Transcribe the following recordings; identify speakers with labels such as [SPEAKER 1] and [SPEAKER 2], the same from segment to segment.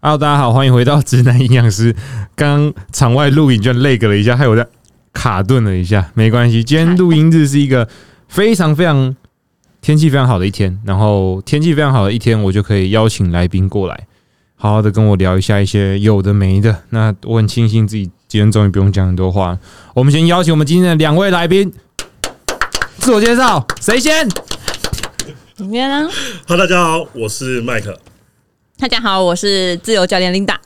[SPEAKER 1] Hello，大家好，欢迎回到直男营养师。刚场外录影就累个了一下，害我在卡顿了一下，没关系。今天录音日是一个非常非常天气非常好的一天，然后天气非常好的一天，我就可以邀请来宾过来，好好的跟我聊一下一些有的没的。那我很庆幸自己今天终于不用讲很多话了。我们先邀请我们今天的两位来 宾自我介绍，谁先？
[SPEAKER 2] 里面呢？
[SPEAKER 3] 哈，大家好，我是麦克。
[SPEAKER 2] 大家好，我是自由教练 Linda。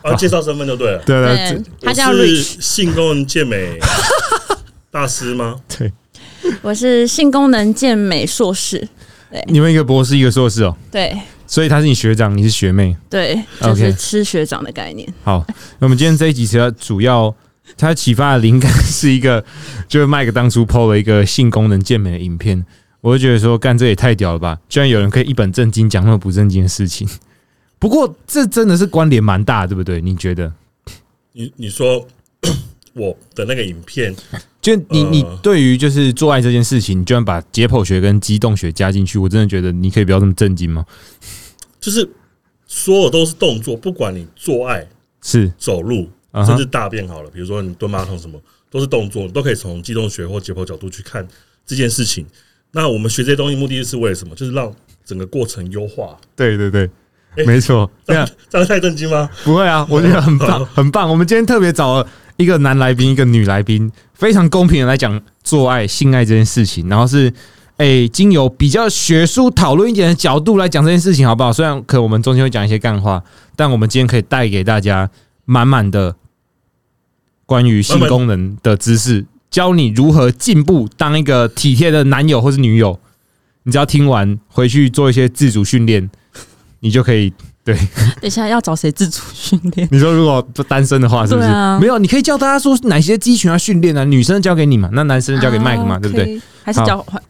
[SPEAKER 3] 啊，介绍身份就对了。
[SPEAKER 1] 对啊对
[SPEAKER 2] 嗯
[SPEAKER 1] 这，
[SPEAKER 2] 他叫
[SPEAKER 3] 我是
[SPEAKER 2] Rich，
[SPEAKER 3] 性功能健美大师吗？
[SPEAKER 1] 对，
[SPEAKER 2] 我是性功能健美硕士。
[SPEAKER 1] 你们一个博士，一个硕士哦，
[SPEAKER 2] 对
[SPEAKER 1] 所以他是你学长，你是学妹。
[SPEAKER 2] 对，就
[SPEAKER 1] OK
[SPEAKER 2] 是吃学长的概念。
[SPEAKER 1] 好，那我们今天这一集主要主要它启发的灵感是一个， 就是麦克当初 PO 了一个性功能健美的影片，我就觉得说，干这也太屌了吧！居然有人可以一本正经讲那么不正经的事情。不过这真的是关联蛮大的，对不对？你觉得？
[SPEAKER 3] 你你说 我的那个影片，
[SPEAKER 1] 就你
[SPEAKER 3] 呃
[SPEAKER 1] 你对于就是做爱这件事情，你居然把解剖学跟激动学加进去，我真的觉得你可以不要这么震惊吗？
[SPEAKER 3] 就是所有都是动作，不管你做爱、
[SPEAKER 1] 是，
[SPEAKER 3] 走路，
[SPEAKER 1] 啊哈
[SPEAKER 3] 甚至大便好了，比如说你蹲马桶什么，都是动作，你都可以从机动学或解剖角度去看这件事情。那我们学这些东西目的是为了什么？就是让整个过程优化。
[SPEAKER 1] 对对对，
[SPEAKER 3] 诶
[SPEAKER 1] 没错，
[SPEAKER 3] 这
[SPEAKER 1] 对
[SPEAKER 3] 样
[SPEAKER 1] 啊，
[SPEAKER 3] 这样太震惊吗？
[SPEAKER 1] 不会啊，我觉得很棒，很棒。我们今天特别找了一个男来宾，一个女来宾，非常公平的来讲做爱、性爱这件事情，然后是。诶，经由比较学术讨论一点的角度来讲这件事情，好不好？虽然可我们中间会讲一些干话，但我们今天可以带给大家满满的关于性
[SPEAKER 3] 满满
[SPEAKER 1] 功能的知识，教你如何进步，当一个体贴的男友或是女友。你只要听完回去做一些自主训练，你就可以
[SPEAKER 2] 等一下要找谁自主训练？
[SPEAKER 1] 你说如果单身的话，是不是？
[SPEAKER 2] 对啊
[SPEAKER 1] 没有，你可以教大家说哪些肌群要训练啊，女生交给你嘛，那男生交给麦克嘛，
[SPEAKER 2] 啊
[SPEAKER 1] 对不对？
[SPEAKER 2] ？OK 还是
[SPEAKER 1] 好
[SPEAKER 2] 交换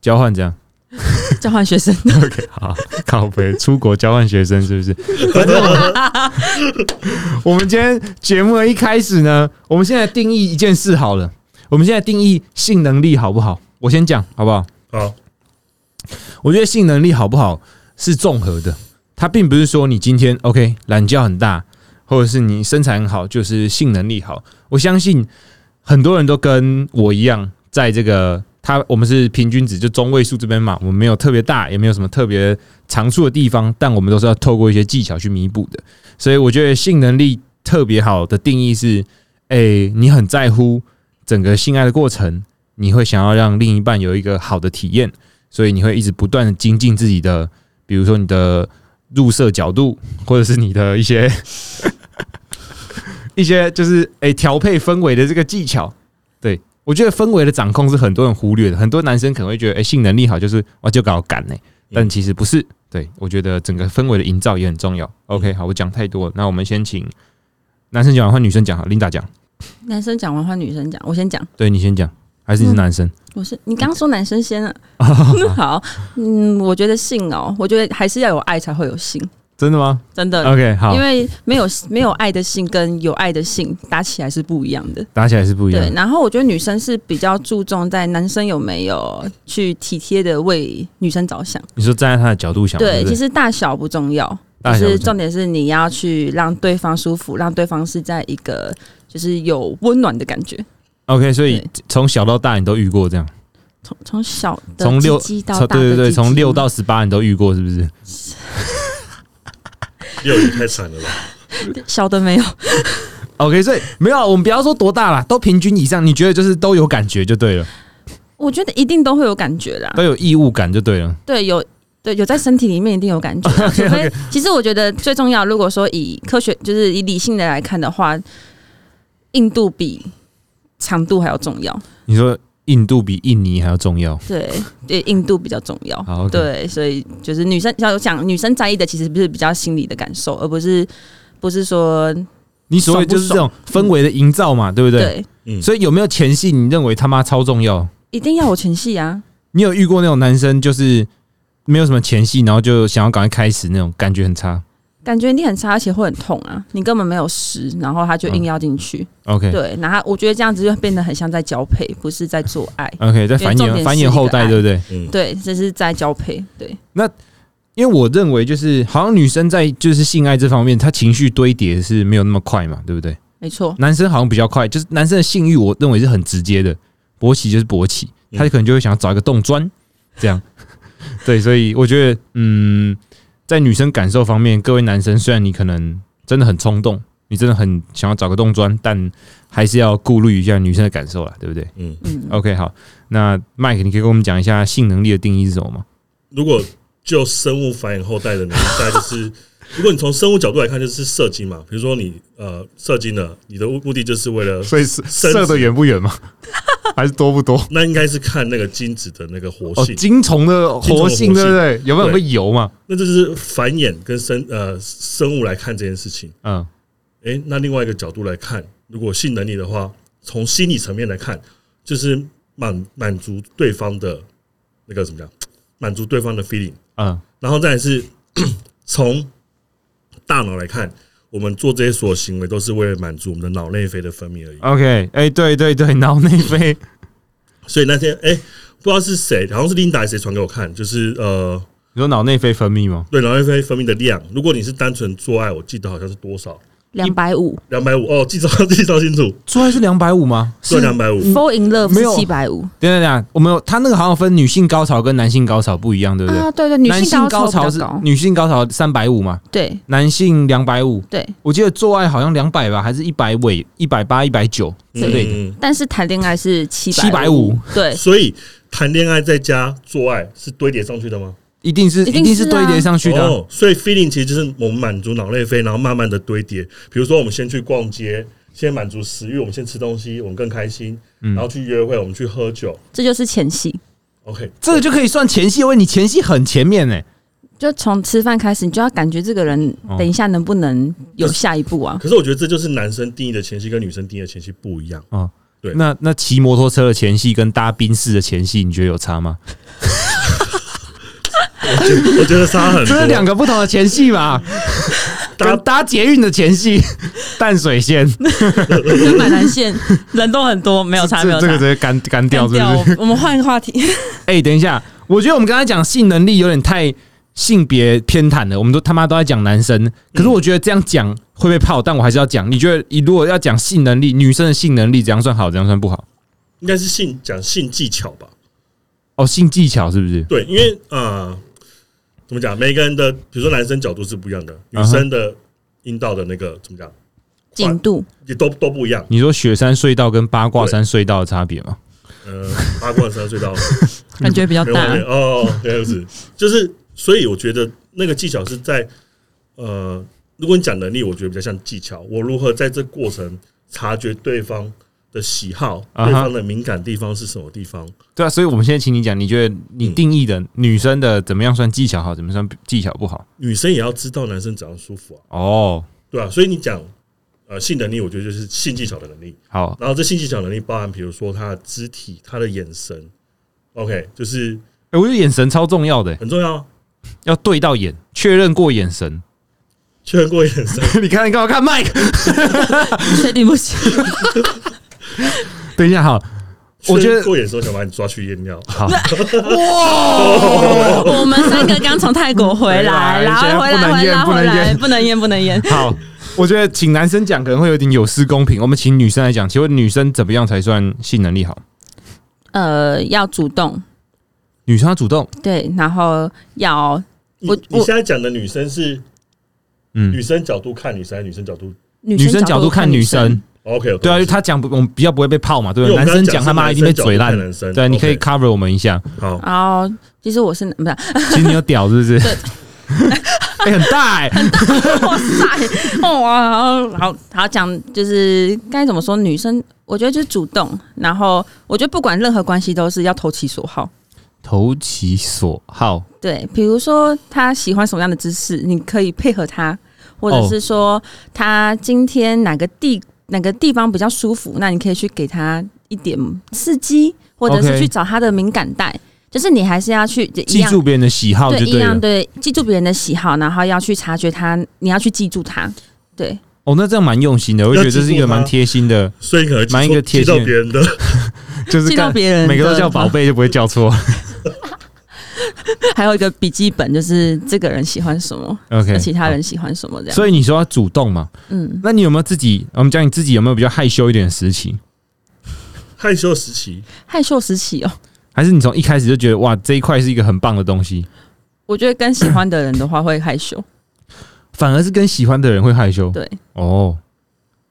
[SPEAKER 1] 交换这样
[SPEAKER 2] 交换学生？
[SPEAKER 1] ，OK，好，靠北，出国交换学生是不是？反正我们我们今天节目的一开始呢，我们现在定义一件事好了，我们现在定义性能力好不好？我先讲好不好？
[SPEAKER 3] 好，
[SPEAKER 1] 我觉得性能力好不好是综合的，它并不是说你今天 OK 懒觉很大，或者是你身材很好，就是性能力好。我相信很多人都跟我一样，在这个他我们是平均值，就中位数这边嘛，我们没有特别大，也没有什么特别长处的地方，但我们都是要透过一些技巧去弥补的。所以我觉得性能力特别好的定义是：诶、你很在乎整个性爱的过程，你会想要让另一半有一个好的体验。所以你会一直不断的精进自己的，比如说你的入射角度，或者是你的一些 一些就是诶调、配氛围的这个技巧。对我觉得氛围的掌控是很多人忽略的，很多男生可能会觉得诶、性能力好就是哇就搞赶呢，但其实不是。对我觉得整个氛围的营造也很重要。OK，好，我讲太多了，那我们先请男生讲完，换女生讲好，琳达讲，
[SPEAKER 2] 男生讲完换女生讲，我先讲。
[SPEAKER 1] 对你先讲，还是
[SPEAKER 2] 嗯
[SPEAKER 1] 你是男生？
[SPEAKER 2] 我是你刚刚说男生 先了。好，嗯，我觉得性哦，我觉得还是要有爱才会有性，
[SPEAKER 1] 真的吗
[SPEAKER 2] 真的。
[SPEAKER 1] ？OK，好呃
[SPEAKER 2] 因，为没有没有爱的性跟有爱的性打起来是不一样的。
[SPEAKER 1] 打起来是不一样
[SPEAKER 2] 对，
[SPEAKER 1] 的。
[SPEAKER 2] 然后我觉得女生是比较注重在男生有没有去体贴的为女生着想。
[SPEAKER 1] 你说站在他的角度想，对
[SPEAKER 2] 对，
[SPEAKER 1] 不对，
[SPEAKER 2] 其实大小不重要，
[SPEAKER 1] 大
[SPEAKER 2] 就
[SPEAKER 1] 小不重要
[SPEAKER 2] 是重点是你要去让对方舒服，让对方是在一个就是有温暖的感觉。
[SPEAKER 1] OK，所以
[SPEAKER 2] 对
[SPEAKER 1] 从小到大你都遇过这样，
[SPEAKER 2] 从从小的
[SPEAKER 1] 从六
[SPEAKER 2] 鸡鸡到
[SPEAKER 1] 从
[SPEAKER 2] 大
[SPEAKER 1] 对
[SPEAKER 2] 的
[SPEAKER 1] 对对，
[SPEAKER 2] 鸡鸡
[SPEAKER 1] 从六到十八你都遇过是不是？
[SPEAKER 3] 六也太惨了吧？
[SPEAKER 2] 小的没有，
[SPEAKER 1] OK，所以 没有，啊我们不要说多大啦，都平均以上，你觉得就是都有感觉就对了，
[SPEAKER 2] 我觉得一定都会有感觉的啊、
[SPEAKER 1] 都有异物感就对了。
[SPEAKER 2] 对，有对有在身体里面一定有感觉啊、除非其实我觉得最重要，如果说以科学就是以理性的来看的话，硬度比长度还要重要。
[SPEAKER 1] 你说印度比印尼还要重要，
[SPEAKER 2] 对对，硬度比较重要。
[SPEAKER 1] 好，OK
[SPEAKER 2] 对，所以就是女生要讲，女生在意的其实不是比较心理的感受，而不是不是说
[SPEAKER 1] 你所谓
[SPEAKER 2] 爽不
[SPEAKER 1] 就是这种
[SPEAKER 2] 爽
[SPEAKER 1] 氛围的营造嘛，对不
[SPEAKER 2] 对
[SPEAKER 1] 对？
[SPEAKER 3] 嗯，
[SPEAKER 1] 所以有没有前戏，你认为他妈超重要？
[SPEAKER 2] 一定要有前戏啊。
[SPEAKER 1] 你有遇过那种男生就是没有什么前戏，然后就想要赶快开始那种感觉很差
[SPEAKER 2] 感觉你很差，而且会很痛啊！你根本没有湿，然后他就硬要进去。
[SPEAKER 1] ？OK
[SPEAKER 2] 对，然后我觉得这样子就变得很像在交配，不是在做爱。
[SPEAKER 1] OK，在繁
[SPEAKER 2] 因为重点
[SPEAKER 1] 衍
[SPEAKER 2] 是
[SPEAKER 1] 繁
[SPEAKER 2] 一
[SPEAKER 1] 衍
[SPEAKER 2] 个
[SPEAKER 1] 后代，
[SPEAKER 2] 爱
[SPEAKER 1] 对不对？
[SPEAKER 3] 嗯，
[SPEAKER 2] 对，这是在交配。对，
[SPEAKER 1] 因为我认为就是好像女生在就是性爱这方面，她情绪堆叠是没有那么快嘛，对不对？
[SPEAKER 2] 没错，
[SPEAKER 1] 男生好像比较快，就是男生的性欲，我认为是很直接的，勃起就是勃起，
[SPEAKER 3] 嗯
[SPEAKER 1] 他可能就会想要找一个洞钻，这样。 对，所以我觉得，嗯，在女生感受方面，各位男生虽然你可能真的很冲动，你真的很想要找个洞钻，但还是要顾虑一下女生的感受啦，对不对
[SPEAKER 3] 嗯，
[SPEAKER 2] 嗯，
[SPEAKER 1] ？OK，好，那 Mike，你可以跟我们讲一下性能力的定义是什么吗？
[SPEAKER 3] 如果就生物繁衍后代的能力，大概 就是，如果你从生物角度来看，就是射精嘛。比如说你呃射精了，你的目的就是为了，
[SPEAKER 1] 所以射
[SPEAKER 3] 得
[SPEAKER 1] 远不远吗？还是多不 多？
[SPEAKER 3] 那应该是看那个精子的那个活
[SPEAKER 1] 哦，
[SPEAKER 3] 性，
[SPEAKER 1] 精虫的活性，
[SPEAKER 3] 精虫的活性
[SPEAKER 1] 对不对？有没有
[SPEAKER 3] 对
[SPEAKER 1] 被油嘛？
[SPEAKER 3] 那这就是繁衍跟生呃生物来看这件事情。
[SPEAKER 1] 嗯，
[SPEAKER 3] 诶、那另外一个角度来看，如果性能力的话，从心理层面来看，就是满满足对方的那个怎么讲，满足对方的 feeling。
[SPEAKER 1] 嗯，
[SPEAKER 3] 然后再来是 从大脑来看，我们做这些所有行为都是为了满足我们的脑内啡的分泌而已。
[SPEAKER 1] OK，哎、对对对，脑内啡，
[SPEAKER 3] 所以那天，哎、不知道是谁，好像是琳达还是谁传给我看，就是呃，
[SPEAKER 1] 你说脑内啡分泌吗？
[SPEAKER 3] 对脑内啡分泌的量，如果你是单纯做爱，我记得好像是多少，
[SPEAKER 2] 两百五
[SPEAKER 3] 两百五哦，记得 记得清楚，
[SPEAKER 1] 做爱是两百五吗？
[SPEAKER 3] 对，两百五。
[SPEAKER 2] ，Fall in Love
[SPEAKER 1] 嗯没有
[SPEAKER 2] 是七百五
[SPEAKER 1] 等一下等等，我们有他那个好像分女性高潮跟男性高潮不一样，对不对？
[SPEAKER 2] 啊，对对，女
[SPEAKER 1] 男性潮
[SPEAKER 2] 高潮比
[SPEAKER 1] 是
[SPEAKER 2] 较高，
[SPEAKER 1] 女性高潮三百五嘛，
[SPEAKER 2] 对
[SPEAKER 1] 男性两百五。
[SPEAKER 2] 对，
[SPEAKER 1] 我记得做爱好像两百吧，还是一百尾、一百八、一百九之类的。
[SPEAKER 3] 嗯，
[SPEAKER 2] 但是谈恋爱是七
[SPEAKER 1] 750，
[SPEAKER 2] 对，
[SPEAKER 3] 所以谈恋爱在家做爱是堆叠上去的吗？
[SPEAKER 1] 一定是
[SPEAKER 2] 一定
[SPEAKER 1] 定是
[SPEAKER 2] 是啊
[SPEAKER 1] 堆叠上去的啊、
[SPEAKER 3] 哦，所以 feeling 其实就是我们满足脑内啡，然后慢慢的堆叠。比如说，我们先去逛街，先满足食欲，我们先吃东西，我们更开心。然后去约会，我们去喝酒。
[SPEAKER 2] 这就是前戏。
[SPEAKER 3] OK，
[SPEAKER 1] 这个就可以算前戏，因为你前戏很前面呢、
[SPEAKER 2] 就从吃饭开始，你就要感觉这个人
[SPEAKER 1] 哦
[SPEAKER 2] 等一下能不能有下一步啊？
[SPEAKER 3] 可是我觉得这就是男生定义的前戏跟女生定义的前戏不一样。
[SPEAKER 1] 哦，
[SPEAKER 3] 对
[SPEAKER 1] 那那骑摩托车的前戏跟搭宾士的前戏，你觉得有差吗？
[SPEAKER 3] 我觉得差很
[SPEAKER 1] 这
[SPEAKER 3] 多。
[SPEAKER 1] 是两个不同的前戏吧？搭
[SPEAKER 3] 搭
[SPEAKER 1] 搭捷运的前戏，淡水线
[SPEAKER 2] 跟板南 线人都很多，没有差，没有
[SPEAKER 1] 这这个
[SPEAKER 2] 差
[SPEAKER 1] 直。接干干掉，
[SPEAKER 2] 干
[SPEAKER 1] 是不
[SPEAKER 2] 掉
[SPEAKER 1] 是？，
[SPEAKER 2] 我们换一个话题。
[SPEAKER 1] 哎、等一下，我觉得我们刚才讲性能力有点太性别偏袒了，我们都他妈都在讲男生，可是我觉得这样讲会被泡，但我还是要讲。你觉得，你如果要讲性能力，女生的性能力怎样算好，怎样算不好？
[SPEAKER 3] 应该是性讲性技巧吧？
[SPEAKER 1] 哦，性技巧是不是？
[SPEAKER 3] 对，因为呃，怎么讲？每个人的，比如说男生角度是不一样的，女生的阴道的那个怎么讲，
[SPEAKER 2] 进度
[SPEAKER 3] 也都都不一样。
[SPEAKER 1] 你说雪山隧道跟八卦山隧道的差别吗？
[SPEAKER 3] 呃，八卦三隧道。
[SPEAKER 2] 感觉比较
[SPEAKER 3] 没有
[SPEAKER 2] 大
[SPEAKER 3] 没，有哦，这样子 就是，所以我觉得那个技巧是在呃，如果你讲能力，我觉得比较像技巧。我如何在这过程察觉对方的喜好，
[SPEAKER 1] 啊哈
[SPEAKER 3] 对方的敏感地方是什么地方？
[SPEAKER 1] 对啊，所以我们现在请你讲，你觉得你
[SPEAKER 3] 嗯
[SPEAKER 1] 定义的女生的怎么样算技巧好，怎么算技巧不好？
[SPEAKER 3] 女生也要知道男生怎样舒服啊，
[SPEAKER 1] 哦，
[SPEAKER 3] 对啊吧、所以你讲呃性能力，我觉得就是性技巧的能力。
[SPEAKER 1] 好，
[SPEAKER 3] 然后这性技巧能力包含，比如说他的肢体、他的眼神，OK，就是
[SPEAKER 1] 欸我觉得眼神超重要的、
[SPEAKER 3] 很重要啊。
[SPEAKER 1] 要对到眼，确认过眼神。
[SPEAKER 3] 确认过眼神，
[SPEAKER 1] 你看，你干嘛看 Mike？
[SPEAKER 2] 确 定不行。
[SPEAKER 1] 等一下，好，我觉
[SPEAKER 3] 确
[SPEAKER 1] 得
[SPEAKER 3] 认过眼神，我想把你抓去验尿。
[SPEAKER 1] 好，
[SPEAKER 2] 我们三个刚从泰国回
[SPEAKER 1] 哦
[SPEAKER 2] 来，
[SPEAKER 1] 回来
[SPEAKER 2] 然后回
[SPEAKER 1] 现在
[SPEAKER 2] 来
[SPEAKER 1] 不能
[SPEAKER 2] 回
[SPEAKER 1] 验
[SPEAKER 2] 来
[SPEAKER 1] 不能
[SPEAKER 2] 回来，
[SPEAKER 1] 验
[SPEAKER 2] 不能验不能验。
[SPEAKER 1] 好，我觉得请男生讲可能会有点有失公平。我们请女生来讲，请问女生怎么样才算性能力好？
[SPEAKER 2] 呃，要主动
[SPEAKER 1] 女生要主动，
[SPEAKER 2] 对，然后要
[SPEAKER 3] 你
[SPEAKER 2] 我
[SPEAKER 3] 你
[SPEAKER 2] 我
[SPEAKER 3] 现在讲的女生是
[SPEAKER 1] 嗯
[SPEAKER 3] 女，生角度看女生，还是女生角度
[SPEAKER 2] 女
[SPEAKER 1] 女
[SPEAKER 2] 生
[SPEAKER 1] 生角度看女生，，
[SPEAKER 3] OK，我
[SPEAKER 1] 对啊，因为
[SPEAKER 3] 懂
[SPEAKER 1] 他讲不，我们比较不会被泡嘛，对
[SPEAKER 3] 因
[SPEAKER 1] 不
[SPEAKER 3] 为
[SPEAKER 1] 对？
[SPEAKER 3] 我
[SPEAKER 1] 男
[SPEAKER 3] 们
[SPEAKER 1] 生
[SPEAKER 3] 刚刚讲
[SPEAKER 1] 讲
[SPEAKER 3] 是
[SPEAKER 1] 他妈一定被嘴烂
[SPEAKER 3] 男生角度看男，生
[SPEAKER 1] 对啊，你可以
[SPEAKER 3] OK
[SPEAKER 1] cover 我们一下。
[SPEAKER 3] 好，
[SPEAKER 2] 哦，其实我是不 是啊？
[SPEAKER 1] 其实你有屌是不是？ 哎，很大哎，
[SPEAKER 2] 哇塞，哦哇，好好好讲，就是该怎么说？女生，我觉得就是主动，然后我觉得不管任何关系都是要投其所好。
[SPEAKER 1] 投其所好，
[SPEAKER 2] 对，比如说他喜欢什么样的姿势，你可以配合他，或者
[SPEAKER 1] 哦
[SPEAKER 2] 是说他今天哪个地哪个地方比较舒服，那你可以去给他一点刺激，或者
[SPEAKER 1] OK
[SPEAKER 2] 是去找他的敏感带。就是你还是要去一
[SPEAKER 1] 记
[SPEAKER 2] 样
[SPEAKER 1] 住别人的喜好
[SPEAKER 2] 对
[SPEAKER 1] 就
[SPEAKER 2] 一
[SPEAKER 1] 对
[SPEAKER 2] 样
[SPEAKER 1] 了。
[SPEAKER 2] 对，记住别人的喜好，然后要去察觉他，你要去记住他。对，
[SPEAKER 1] 哦，那这样蛮用心的，我会觉得这是一个蛮贴心 的，
[SPEAKER 3] 所以可能记错
[SPEAKER 1] 蛮一个贴
[SPEAKER 3] 记
[SPEAKER 1] 心
[SPEAKER 3] 到别人的，
[SPEAKER 1] 就是
[SPEAKER 2] 记到
[SPEAKER 1] 干
[SPEAKER 2] 别人的
[SPEAKER 1] 每个都叫宝贝就不会叫错。
[SPEAKER 2] 还有一个笔记本，就是这个人喜欢什么，
[SPEAKER 1] OK，
[SPEAKER 2] 那其他人喜欢什么这
[SPEAKER 1] 好。
[SPEAKER 2] 样。
[SPEAKER 1] 所以你说要主动嘛？
[SPEAKER 2] 嗯，
[SPEAKER 1] 那你有没有自己？我们讲你自己有没有比较害羞一点的时期？
[SPEAKER 3] 害羞时期，
[SPEAKER 2] 害羞时期哦，
[SPEAKER 1] 还是你从一开始就觉得哇，这一块是一个很棒的东西，
[SPEAKER 2] 我觉得跟喜欢的人的话会害羞。
[SPEAKER 1] 反而是跟喜欢的人会害羞？
[SPEAKER 2] 对，
[SPEAKER 1] 哦，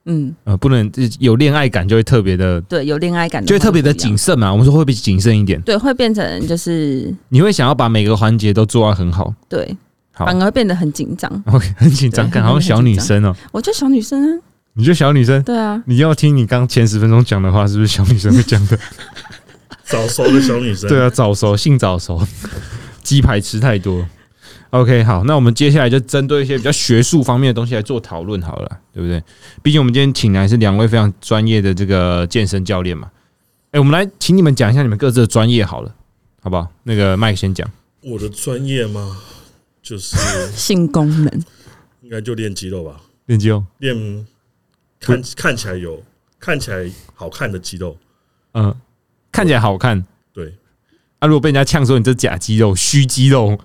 [SPEAKER 2] 嗯，
[SPEAKER 1] 呃，不能有恋爱感就会特别的，
[SPEAKER 2] 对，有恋爱感
[SPEAKER 1] 就会特别的
[SPEAKER 2] 话不一
[SPEAKER 1] 谨
[SPEAKER 2] 样，
[SPEAKER 1] 慎嘛。我们说会不会谨慎一点？
[SPEAKER 2] 对，会变成就是
[SPEAKER 1] 你会想要把每个环节都做到很好。
[SPEAKER 2] 对，
[SPEAKER 1] 好
[SPEAKER 2] 反而变得很紧张。
[SPEAKER 1] ，OK，很紧张，
[SPEAKER 2] 对
[SPEAKER 1] 看好像小女生哦、
[SPEAKER 2] 我觉得小女生啊，
[SPEAKER 1] 你觉得小女生？
[SPEAKER 2] 对啊，
[SPEAKER 1] 你要听你刚前十分钟讲的话，是不是小女生会讲的？
[SPEAKER 3] 早熟的小女生，
[SPEAKER 1] 对啊，早熟，性早熟， 鸡排吃太多。OK，好，那我们接下来就针对一些比较学术方面的东西来做讨论好了，对不对？毕竟我们今天请来是两位非常专业的这个健身教练嘛。哎、我们来请你们讲一下你们各自的专业好了，好不好？那个麦克先讲，
[SPEAKER 3] 我的专业嘛，就是
[SPEAKER 2] 性功能，
[SPEAKER 3] 应该就练肌肉吧，
[SPEAKER 1] 练肌肉，
[SPEAKER 3] 练看看起来有看起来好看的肌肉，
[SPEAKER 1] 嗯，看起来好看
[SPEAKER 3] 对，
[SPEAKER 1] 啊。如果被人家呛说你这假肌肉、虚肌肉，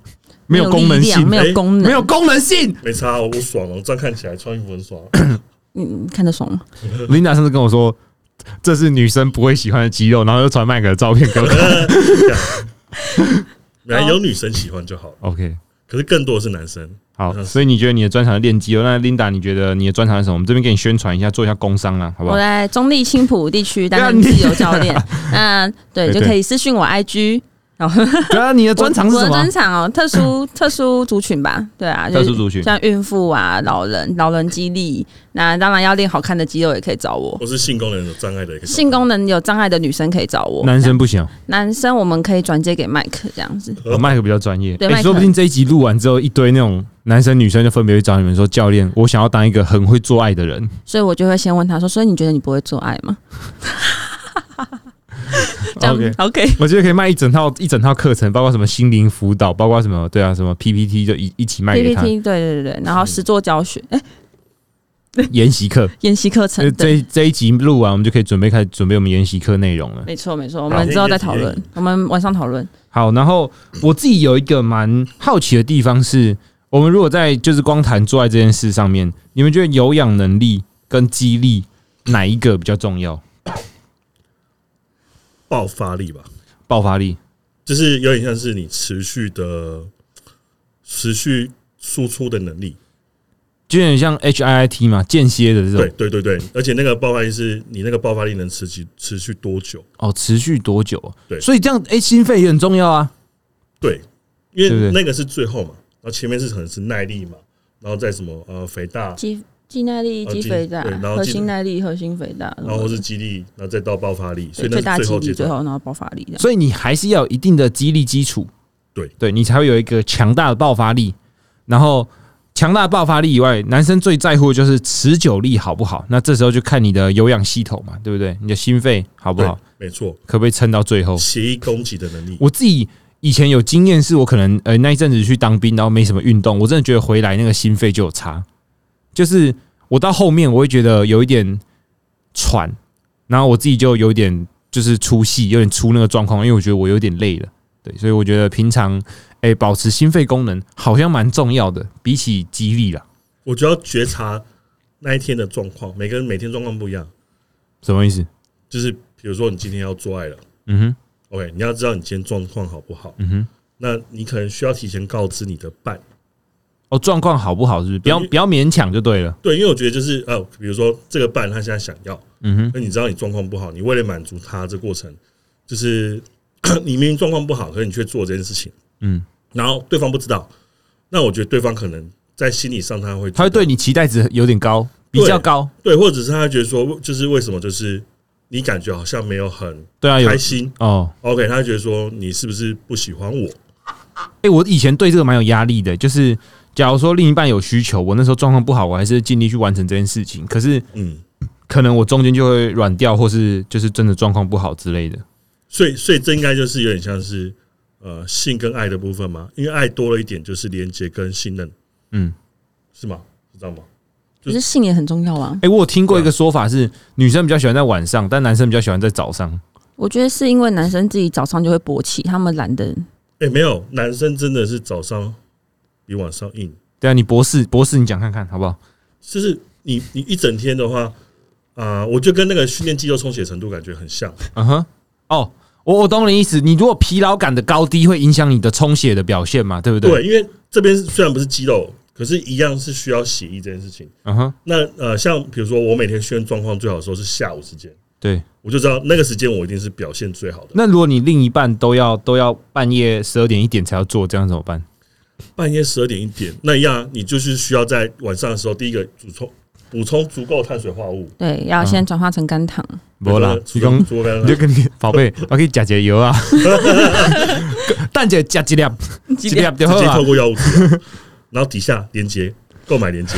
[SPEAKER 1] 没有功能
[SPEAKER 2] 力量
[SPEAKER 1] 性，
[SPEAKER 2] 没
[SPEAKER 3] 哎
[SPEAKER 2] 有功能，
[SPEAKER 1] 没有功能性。
[SPEAKER 3] 没差，我爽了，这样看起来穿衣服很爽。
[SPEAKER 2] 嗯，看得爽吗？
[SPEAKER 1] 琳达上次跟我说，这是女生不会喜欢的肌肉，然后又传麦克的照片 给我看。
[SPEAKER 3] 本来哎有女生喜欢就好了，
[SPEAKER 1] OK，
[SPEAKER 3] 可是更多的是男生。
[SPEAKER 1] 好，所以你觉得你的专长是练肌肉？那琳达，你觉得你的专长是什么？我们这边给你宣传一下，做一下工商啊，好不
[SPEAKER 2] 我
[SPEAKER 1] 好？
[SPEAKER 2] 在中立青浦地区担
[SPEAKER 1] 不
[SPEAKER 2] 任
[SPEAKER 1] 要你
[SPEAKER 2] 自由教 练，那对
[SPEAKER 1] 对
[SPEAKER 2] 就
[SPEAKER 1] 对
[SPEAKER 2] 可以私讯我 IG。
[SPEAKER 1] 对啊，你的 专长是
[SPEAKER 2] 我
[SPEAKER 1] 什么
[SPEAKER 2] 的专？长哦，特殊特殊族群吧，对啊，就
[SPEAKER 1] 特
[SPEAKER 2] 是
[SPEAKER 1] 殊族群。
[SPEAKER 2] 像孕妇啊、老人、老人肌力，那当然要练好看的肌肉也可以找我。
[SPEAKER 3] 我是性功能有障碍的一个小
[SPEAKER 2] 性功能有障碍的女生可以找我，
[SPEAKER 1] 男生不行，哦
[SPEAKER 2] 男生我们可以转接给麦克这样子。
[SPEAKER 3] 呃
[SPEAKER 1] 哦麦克比较专业。
[SPEAKER 2] 对
[SPEAKER 1] 诶
[SPEAKER 2] 麦克
[SPEAKER 1] 说不定这一集录完之后，一堆那种男生女生就分别会找你们说：“教练，我想要当一个很会做爱的人。
[SPEAKER 2] 所以我就会先问他说：“所以你觉得你不会做爱吗？”这样
[SPEAKER 1] OK
[SPEAKER 2] OK，”
[SPEAKER 1] 我觉得可以卖一整套一整套课程，包括什么心灵辅导，包括什么对啊，什么 PPT 就一一起卖给他
[SPEAKER 2] PPT 对对对对，然后实作教学，哎、
[SPEAKER 1] 研习课。
[SPEAKER 2] 研习课程
[SPEAKER 1] 这
[SPEAKER 2] 对，
[SPEAKER 1] 这这一集录完，我们就可以准备开始准备我们研习课内容了。
[SPEAKER 2] 没错没错，我们之后再讨
[SPEAKER 3] 研习
[SPEAKER 2] 论，我们晚上讨论。
[SPEAKER 1] 好，然后我自己有一个蛮好奇的地方是，我们如果在就是光谈做爱这件事上面，你们觉得有氧能力跟肌力哪一个比较重要？
[SPEAKER 3] 爆发力吧，
[SPEAKER 1] 爆发力？
[SPEAKER 3] 就是有点像是你持续的持续输出的能力。
[SPEAKER 1] 就有点像 HIIT 嘛，间歇的这
[SPEAKER 3] 对
[SPEAKER 1] 种
[SPEAKER 3] 对对对，而且那个爆发力是你那个爆发力能持续持续多久？
[SPEAKER 1] 哦，持续多久？
[SPEAKER 3] 对
[SPEAKER 1] 所以这样哎、诶心肺也很重要啊。
[SPEAKER 3] 对，因
[SPEAKER 1] 对
[SPEAKER 3] 为
[SPEAKER 1] 不对
[SPEAKER 3] 那个是最后嘛，然后前面是可能是耐力嘛，然后再什么呃肥大，
[SPEAKER 2] 肌肌耐力、
[SPEAKER 3] 哦
[SPEAKER 2] 肌
[SPEAKER 3] 肌
[SPEAKER 2] 肥大
[SPEAKER 3] 对然、后
[SPEAKER 2] 核
[SPEAKER 3] 肌
[SPEAKER 2] 心耐力、核心肥大，
[SPEAKER 3] 然后是肌力，然后再到爆发力，所
[SPEAKER 2] 对
[SPEAKER 3] 以那
[SPEAKER 2] 最大
[SPEAKER 3] 是最
[SPEAKER 2] 肌
[SPEAKER 3] 后
[SPEAKER 2] 力，
[SPEAKER 3] 阶
[SPEAKER 2] 最
[SPEAKER 3] 段。
[SPEAKER 2] 后然后爆发力这样。
[SPEAKER 1] 所以你还是要有一定的肌力基础，
[SPEAKER 3] 对
[SPEAKER 1] 对，你才会有一个强大的爆发力。然后强大的爆发力以外，男生最在乎的就是持久力好不好？那这时候就看你的有氧系统嘛，对不对？你的心肺好不
[SPEAKER 3] 对
[SPEAKER 1] 好？，
[SPEAKER 3] 没错，
[SPEAKER 1] 可不可以撑到最后？
[SPEAKER 3] 协议攻击的能力，
[SPEAKER 1] 我自己以前有经验，是我可能呃那一阵子去当兵，然后没什么运动，我真的觉得回来那个心肺就有差，就是我到后面我会觉得有一点喘，然后我自己就有点就是出戏，有点出那个状况，因为我觉得我有点累了，对，所以我觉得平常哎、保持心肺功能好像蛮重要的，比起肌力啦，
[SPEAKER 3] 我就要觉察那一天的状况，每个人每天状况不一样。
[SPEAKER 1] 什么意思？
[SPEAKER 3] 就是比如说你今天要做爱了
[SPEAKER 1] 嗯
[SPEAKER 3] ，OK，你要知道你今天状况好不好，
[SPEAKER 1] 哼，嗯哼，
[SPEAKER 3] 那你可能需要提前告知你的伴。
[SPEAKER 1] 哦，状况好不好？是不是不要
[SPEAKER 3] 对
[SPEAKER 1] 不要勉强就对了，
[SPEAKER 3] 对，因为我觉得就是呃，比如说这个伴他现在想要，
[SPEAKER 1] 嗯哼，
[SPEAKER 3] 那你知道你状况不好，你为了满足他这过程，就是 你明明状况不好，可是你却做这件事情，
[SPEAKER 1] 嗯，
[SPEAKER 3] 然后对方不知道，那我觉得对方可能在心理上他会
[SPEAKER 1] 他会对你期待值有点高，比较
[SPEAKER 3] 对
[SPEAKER 1] 高，
[SPEAKER 3] 对，或者是他会觉得说，就是为什么就是你感觉好像没有很
[SPEAKER 1] 对啊，有
[SPEAKER 3] 开心
[SPEAKER 1] 哦。
[SPEAKER 3] ，OK，他会觉得说你是不是不喜欢我？
[SPEAKER 1] 哎、我以前对这个蛮有压力的，就是假如说另一半有需求，我那时候状况不好，我还是尽力去完成这件事情。可是
[SPEAKER 3] 嗯，
[SPEAKER 1] 可能我中间就会软掉，或是就是真的状况不好之类的。
[SPEAKER 3] 所以所以这应该就是有点像是呃性跟爱的部分嘛，因为爱多了一点就是连接跟信任，
[SPEAKER 1] 嗯，
[SPEAKER 3] 是吗？是这样吗？
[SPEAKER 2] 可是性也很重要啊
[SPEAKER 1] 哎、，我有听过一个说法是，女生比较喜欢在晚上，但男生比较喜欢在早上。
[SPEAKER 2] 我觉得是因为男生自己早上就会勃起，他们懒得
[SPEAKER 3] 哎，没有，男生真的是早上比晚上硬，
[SPEAKER 1] 对啊，你博士博士，你讲看看好不好？
[SPEAKER 3] 就是你你一整天的话，啊、我就跟那个训练肌肉充血程度感觉很像。
[SPEAKER 1] 嗯哼，哦，我我懂你意思。你如果疲劳感的高低会影响你的充血的表现嘛，对不对？
[SPEAKER 3] 对，因为这边虽然不是肌肉，可是一样是需要血液这件事情。
[SPEAKER 1] 嗯哼，
[SPEAKER 3] 那呃，像比如说我每天训练状况最好的时候是下午时间，
[SPEAKER 1] 对。
[SPEAKER 3] 我就知道那个时间我一定是表现最好的。
[SPEAKER 1] 那如果你另一半都要都要半夜十二点一点才要做，这样怎么办？
[SPEAKER 3] 半夜十二点一点，那一样你就是需要在晚上的时候，第一个补充补充足够碳水化合物。
[SPEAKER 2] 对，要
[SPEAKER 1] 嗯
[SPEAKER 2] 先转化成肝糖。
[SPEAKER 1] 不啦，
[SPEAKER 3] 除
[SPEAKER 1] 你讲
[SPEAKER 3] 除了
[SPEAKER 1] 你就跟你宝 贝，我可以加节油啊，蛋姐加几粒，几粒就好啊
[SPEAKER 3] 直接透
[SPEAKER 1] 了，
[SPEAKER 3] 过药物治疗，然后底下连接购买连接。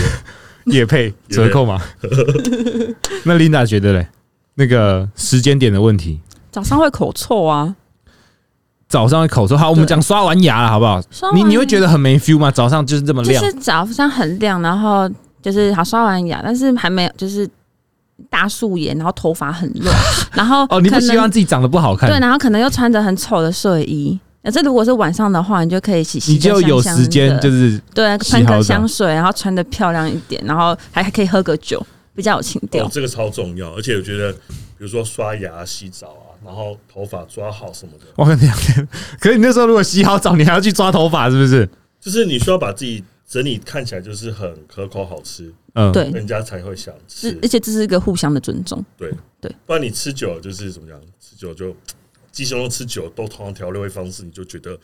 [SPEAKER 1] 也配
[SPEAKER 3] 配
[SPEAKER 1] 折扣嘛？那 Linda 觉得嘞，那个时间点的问题，
[SPEAKER 2] 早上会口臭啊，
[SPEAKER 1] 早上会口臭，好，我们
[SPEAKER 2] 对
[SPEAKER 1] 讲刷完牙了，好不好？
[SPEAKER 2] 刷
[SPEAKER 1] 你
[SPEAKER 2] 完
[SPEAKER 1] 你会觉得很没 feel 吗？早上就是这么
[SPEAKER 2] 哦就
[SPEAKER 1] 亮，
[SPEAKER 2] 是早上很亮，然后就是好刷完牙，但是还没有就是大素颜，然后头发很 乱，然后
[SPEAKER 1] 哦，你不
[SPEAKER 2] 可能
[SPEAKER 1] 希望自己长得不好
[SPEAKER 2] 对，啊
[SPEAKER 1] 看，
[SPEAKER 2] 然后可能又穿着很丑的睡衣。那这如果是晚上的话，你就可以洗洗
[SPEAKER 1] 你
[SPEAKER 2] 得
[SPEAKER 1] 就
[SPEAKER 2] 香香的，
[SPEAKER 1] 有时间就是
[SPEAKER 2] 对
[SPEAKER 1] 洗
[SPEAKER 2] 喷
[SPEAKER 1] 好
[SPEAKER 2] 个
[SPEAKER 1] 澡
[SPEAKER 2] 香水，然后穿的漂亮一点，然后还还可以喝个酒，比较有情调
[SPEAKER 3] 哦，。这个超重要，而且我觉得，比如说刷牙、洗澡啊，然后头发抓好什么的，
[SPEAKER 1] 我跟你讲， 可是你那时候如果洗好澡，你还要去抓头发，是不是？
[SPEAKER 3] 就是你需要把自己整理看起来就是很可口好吃，
[SPEAKER 1] 嗯，
[SPEAKER 2] 对，
[SPEAKER 3] 人家才会想吃
[SPEAKER 2] 是，。而且这是一个互相的尊重。
[SPEAKER 3] 对
[SPEAKER 2] 对，
[SPEAKER 3] 不然你吃久了就是怎么样？吃久了就鸡胸肉吃久了都同样调料味方式，你就觉得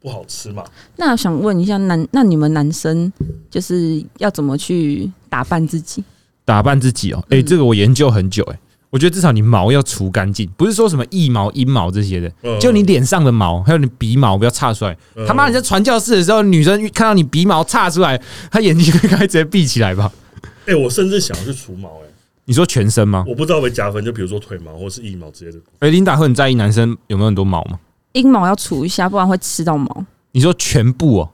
[SPEAKER 3] 不好吃嘛。
[SPEAKER 2] 那想问一下男，那你们男生就是要怎么去打扮自己？
[SPEAKER 1] 打扮自己哦。诶，
[SPEAKER 2] 嗯
[SPEAKER 1] 这个我研究很久诶，我觉得至少你毛要除干净，不是说什么腋毛、阴毛这些的，
[SPEAKER 3] 嗯
[SPEAKER 1] 就你脸上的毛，还有你鼻毛不要岔出来。
[SPEAKER 3] 嗯
[SPEAKER 1] 他妈你在传教士的时候，女生看到你鼻毛岔出来，她眼睛应该直接闭起来吧？
[SPEAKER 3] 哎、我甚至想要去除毛、哎，
[SPEAKER 1] 你说全身吗？
[SPEAKER 3] 我不知道会加分，就比如说腿毛或是腋毛之类的。
[SPEAKER 1] 诶，琳达会很在意男生有没有很多毛吗？
[SPEAKER 2] 阴毛要除一下，不然会吃到毛。
[SPEAKER 1] 你说全部哦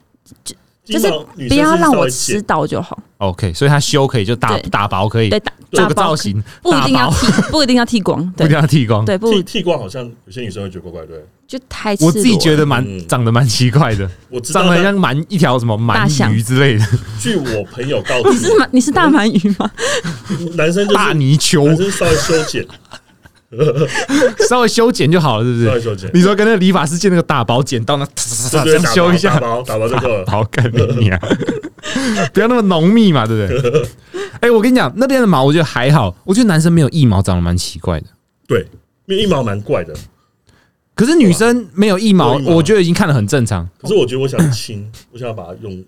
[SPEAKER 2] 就是
[SPEAKER 3] 鸡毛女
[SPEAKER 2] 不
[SPEAKER 3] 生
[SPEAKER 2] 要
[SPEAKER 3] 是
[SPEAKER 2] 让
[SPEAKER 3] 稍
[SPEAKER 2] 我
[SPEAKER 3] 微剪
[SPEAKER 2] 吃到就好。
[SPEAKER 1] ，OK，所以他修可以就打
[SPEAKER 2] 对
[SPEAKER 1] 打薄可以
[SPEAKER 2] 对，打
[SPEAKER 1] 做
[SPEAKER 2] 打
[SPEAKER 1] 个
[SPEAKER 2] 包
[SPEAKER 1] 造，型，
[SPEAKER 2] 不一定
[SPEAKER 1] 打
[SPEAKER 2] 要
[SPEAKER 1] 薄
[SPEAKER 2] 剃，不一定要剃光。
[SPEAKER 1] 不一
[SPEAKER 2] 对
[SPEAKER 1] 定要剃光。
[SPEAKER 2] 对，不
[SPEAKER 3] 剃剃光，好像有些女生会觉得怪怪，对不对
[SPEAKER 2] 就太赤裸
[SPEAKER 1] 我
[SPEAKER 2] 了。
[SPEAKER 1] 自己觉得蛮
[SPEAKER 3] 嗯
[SPEAKER 1] 长得蛮奇怪的，
[SPEAKER 3] 我知道
[SPEAKER 1] 长得很
[SPEAKER 3] 但
[SPEAKER 1] 像蛮一条什么
[SPEAKER 2] 大
[SPEAKER 1] 鳗
[SPEAKER 2] 象
[SPEAKER 1] 鱼之类的
[SPEAKER 3] 据我朋友告
[SPEAKER 2] 你是
[SPEAKER 3] 知，
[SPEAKER 2] 鳗，你是大鳗鱼吗？
[SPEAKER 3] 男生就
[SPEAKER 1] 大
[SPEAKER 3] 是
[SPEAKER 1] 泥鳅
[SPEAKER 3] 男，生稍微修剪，
[SPEAKER 1] 稍微修剪就好了，是不
[SPEAKER 3] 稍微
[SPEAKER 1] 是？
[SPEAKER 3] 修剪，
[SPEAKER 1] 你说跟那个理发师借那个大薄剪刀，那
[SPEAKER 3] 对
[SPEAKER 1] 这
[SPEAKER 3] 对，
[SPEAKER 1] 样
[SPEAKER 3] 打
[SPEAKER 1] 修
[SPEAKER 3] 薄
[SPEAKER 1] 一下
[SPEAKER 3] 打，薄打薄就够
[SPEAKER 1] 大
[SPEAKER 3] 了。
[SPEAKER 1] 薄干你啊！ 不要那么浓密嘛，对不 对？哎，我跟你讲，那边的毛我觉得还好，我觉得男生没有腋毛长得蛮奇怪的，
[SPEAKER 3] 对，因为一毛蛮怪的，
[SPEAKER 1] 可是女生没有腋毛，
[SPEAKER 3] 没有腋毛
[SPEAKER 1] 我觉得已经看得很正常。
[SPEAKER 3] 可是我觉得我想清，我想要把它用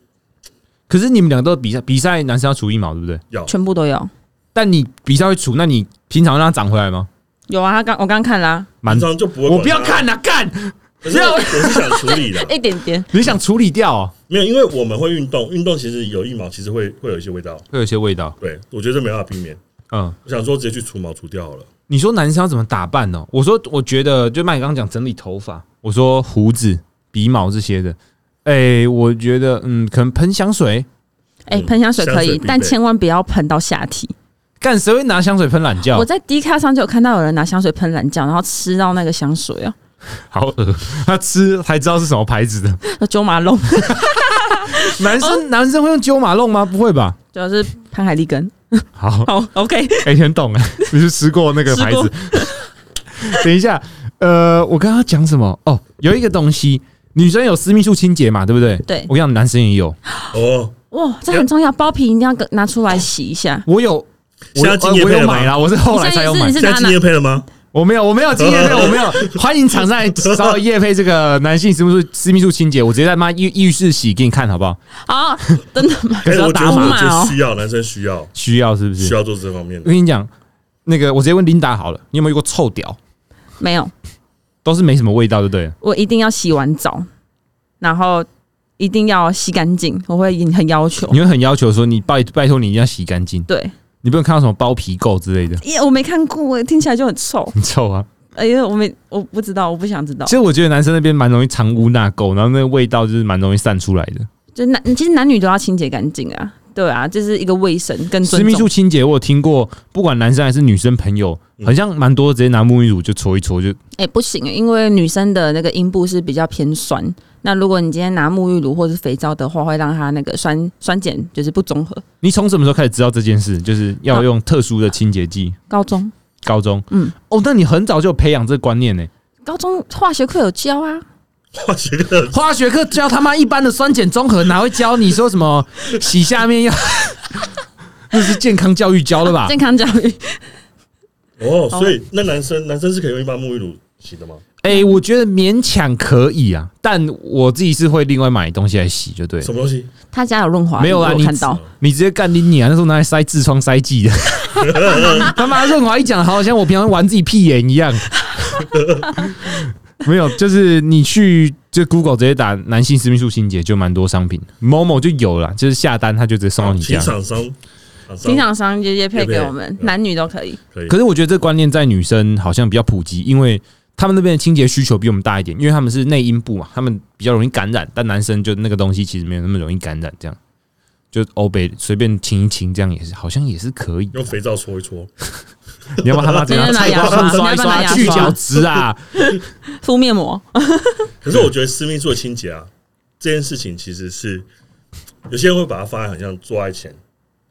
[SPEAKER 1] 可是你们两个都比赛，比赛男生要除腋毛，对不对？
[SPEAKER 3] 药。
[SPEAKER 2] 全部都有。
[SPEAKER 1] 但你比赛会除，那你平常让它长回来吗？
[SPEAKER 2] 有啊，他刚我刚看啦，
[SPEAKER 1] 蛮
[SPEAKER 3] 平，常就不会。
[SPEAKER 1] 我不要看，了，啊干！
[SPEAKER 3] 可是我我是想处理的，
[SPEAKER 2] 一点点。
[SPEAKER 1] 你想处理掉哦，
[SPEAKER 3] 没有，因为我们会运动，运动其实有一毛，其实会会有一些味道。
[SPEAKER 1] 会有一些味道。
[SPEAKER 3] 对，我觉得这没办法避免。
[SPEAKER 1] 嗯，
[SPEAKER 3] 我想说直接去除毛除掉好了。
[SPEAKER 1] 你说男生要怎么打扮呢？我说，我觉得就麦刚刚讲整理头发，我说胡子、鼻毛这些的。哎、我觉得嗯，可能喷香水，
[SPEAKER 2] 哎、
[SPEAKER 3] 嗯
[SPEAKER 2] 喷香水可
[SPEAKER 3] 香水
[SPEAKER 2] 以
[SPEAKER 3] 必，备
[SPEAKER 2] 但千万不要喷到下体。
[SPEAKER 1] 干谁会拿香水喷懒觉
[SPEAKER 2] 我？在 D 卡上就有看到有人拿香水喷懒觉，然后吃到那个香水啊，
[SPEAKER 1] 好 恶，他吃才知道是什么牌子的。
[SPEAKER 2] 那九马龙
[SPEAKER 1] 男生、男生会用九马弄吗？不会吧？
[SPEAKER 2] 主要是潘海利根。
[SPEAKER 1] 好，
[SPEAKER 2] 好，OK，
[SPEAKER 1] 哎、很懂哎，你是吃过那个牌子？ 等一下，呃，我刚刚讲什么？哦，有一个东西，女生有私密处清洁嘛，对不对？
[SPEAKER 2] 对
[SPEAKER 1] 我跟你讲，男生也有。
[SPEAKER 3] 哦，
[SPEAKER 2] 哇，这很重要，包皮一定要跟拿出来洗一下。
[SPEAKER 1] 我有，我
[SPEAKER 3] 现在
[SPEAKER 1] 有
[SPEAKER 3] 今
[SPEAKER 1] 呃
[SPEAKER 3] 天
[SPEAKER 1] 我
[SPEAKER 3] 配
[SPEAKER 1] 有
[SPEAKER 3] 了
[SPEAKER 1] 买
[SPEAKER 3] 吗？
[SPEAKER 1] 啦，我是后来才有
[SPEAKER 2] 你
[SPEAKER 1] 买
[SPEAKER 2] 现在是。你是
[SPEAKER 3] 现在
[SPEAKER 2] 拿
[SPEAKER 3] 今
[SPEAKER 2] 哪？
[SPEAKER 3] 天配了吗？
[SPEAKER 1] 我没有，我没有今天没有，我没有。欢迎厂商来找我夜配这个男性私密处私密处清洁，我直接在妈浴浴室洗给你看好不好？
[SPEAKER 2] 好，真的 吗？
[SPEAKER 1] 可
[SPEAKER 3] 哎，
[SPEAKER 1] 是要
[SPEAKER 3] 我觉
[SPEAKER 1] 打
[SPEAKER 3] 得我
[SPEAKER 1] 码，
[SPEAKER 2] 码
[SPEAKER 3] 觉得
[SPEAKER 2] 哦
[SPEAKER 3] 需要，男生需要
[SPEAKER 1] 需要是不
[SPEAKER 3] 需
[SPEAKER 1] 是？
[SPEAKER 3] 要做这方面
[SPEAKER 1] 我
[SPEAKER 3] 的。
[SPEAKER 1] 跟你讲，那个我直接问琳达好了，你有没有遇过臭屌？
[SPEAKER 2] 没有，
[SPEAKER 1] 都是没什么味道，对不对了？
[SPEAKER 2] 我一定要洗完澡，然后一定要洗干净，我会很要求。
[SPEAKER 1] 你会很要求说你拜拜托你一定要洗干净，
[SPEAKER 2] 对，
[SPEAKER 1] 你不能看到什么包皮垢之类的，
[SPEAKER 2] 耶，我没看过，听起来就很臭。
[SPEAKER 1] 很臭啊。
[SPEAKER 2] 哎呀，我没，我不知道，我不想知道
[SPEAKER 1] 其。实我觉得男生那边蛮容易藏污纳垢，然后那个味道就是蛮容易散出来的。
[SPEAKER 2] 就男，其实男女都要清洁干净啊，对啊，这是一个卫生跟
[SPEAKER 1] 私
[SPEAKER 2] 嗯尊
[SPEAKER 1] 密
[SPEAKER 2] 重
[SPEAKER 1] 处。清洁，我有听过，不管男生还是女生朋友，好像蛮多直接拿沐浴乳就搓一搓，就
[SPEAKER 2] 哎、不行，因为女生的那个阴部是比较偏酸。那如果你今天拿沐浴乳或是肥皂的话，会让它那个酸酸碱就是不综合。
[SPEAKER 1] 你从什么时候开始知道这件事？就是要用特殊的清洁剂？
[SPEAKER 2] 高中，
[SPEAKER 1] 高中，
[SPEAKER 2] 嗯，
[SPEAKER 1] 哦，那你很早就有培养这个观念呢、
[SPEAKER 2] 高中化学课有教啊，
[SPEAKER 3] 化学课
[SPEAKER 1] 化学课教他妈一般的酸碱中和，哪会教你说什么洗下面要？ 那是健康教育教的吧？
[SPEAKER 2] 健康教育。
[SPEAKER 3] 哦，所以那男生男生是可以用一般沐浴乳洗的吗？
[SPEAKER 1] 哎、我觉得勉强可以啊，但我自己是会另外买东西来洗，就对了
[SPEAKER 3] 什。么东西？
[SPEAKER 2] 他家有润滑液，
[SPEAKER 1] 没有啊
[SPEAKER 2] 我
[SPEAKER 1] 你
[SPEAKER 2] 看到。
[SPEAKER 1] 你直接干你你啊！那时候拿来塞痔疮塞剂的，他妈润滑一讲，好像我平常玩自己屁眼一样。没有，就是你去就 Google 直接打男性私密处清洁，就蛮多商品，某某就有了，就是下单他就直接送到你
[SPEAKER 3] 请
[SPEAKER 1] 家。
[SPEAKER 3] 厂啊商，
[SPEAKER 2] 经常商直接配给我
[SPEAKER 3] 业
[SPEAKER 2] 们，
[SPEAKER 3] 配
[SPEAKER 2] 男女都可以。
[SPEAKER 3] 可以
[SPEAKER 1] 可。是我觉得这观念在女生好像比较普及，因为他们那边的清洁需求比我们大一点，因为他们是内阴部嘛，他们比较容易感染，但男生就那个东西其实没有那么容易感染，这样就欧北随便清一清，这样也是好像也是可以的。
[SPEAKER 3] 用肥皂搓一搓，
[SPEAKER 1] 你要不要他妈怎样
[SPEAKER 2] 你要拿牙
[SPEAKER 1] 刷一
[SPEAKER 2] 刷你要不要拿
[SPEAKER 1] 刷
[SPEAKER 2] 牙刷
[SPEAKER 1] 去角质 啊？
[SPEAKER 2] 敷面膜，
[SPEAKER 3] 可是我觉得私密处的清洁啊，这件事情其实是有些人会把它放在很像做爱前。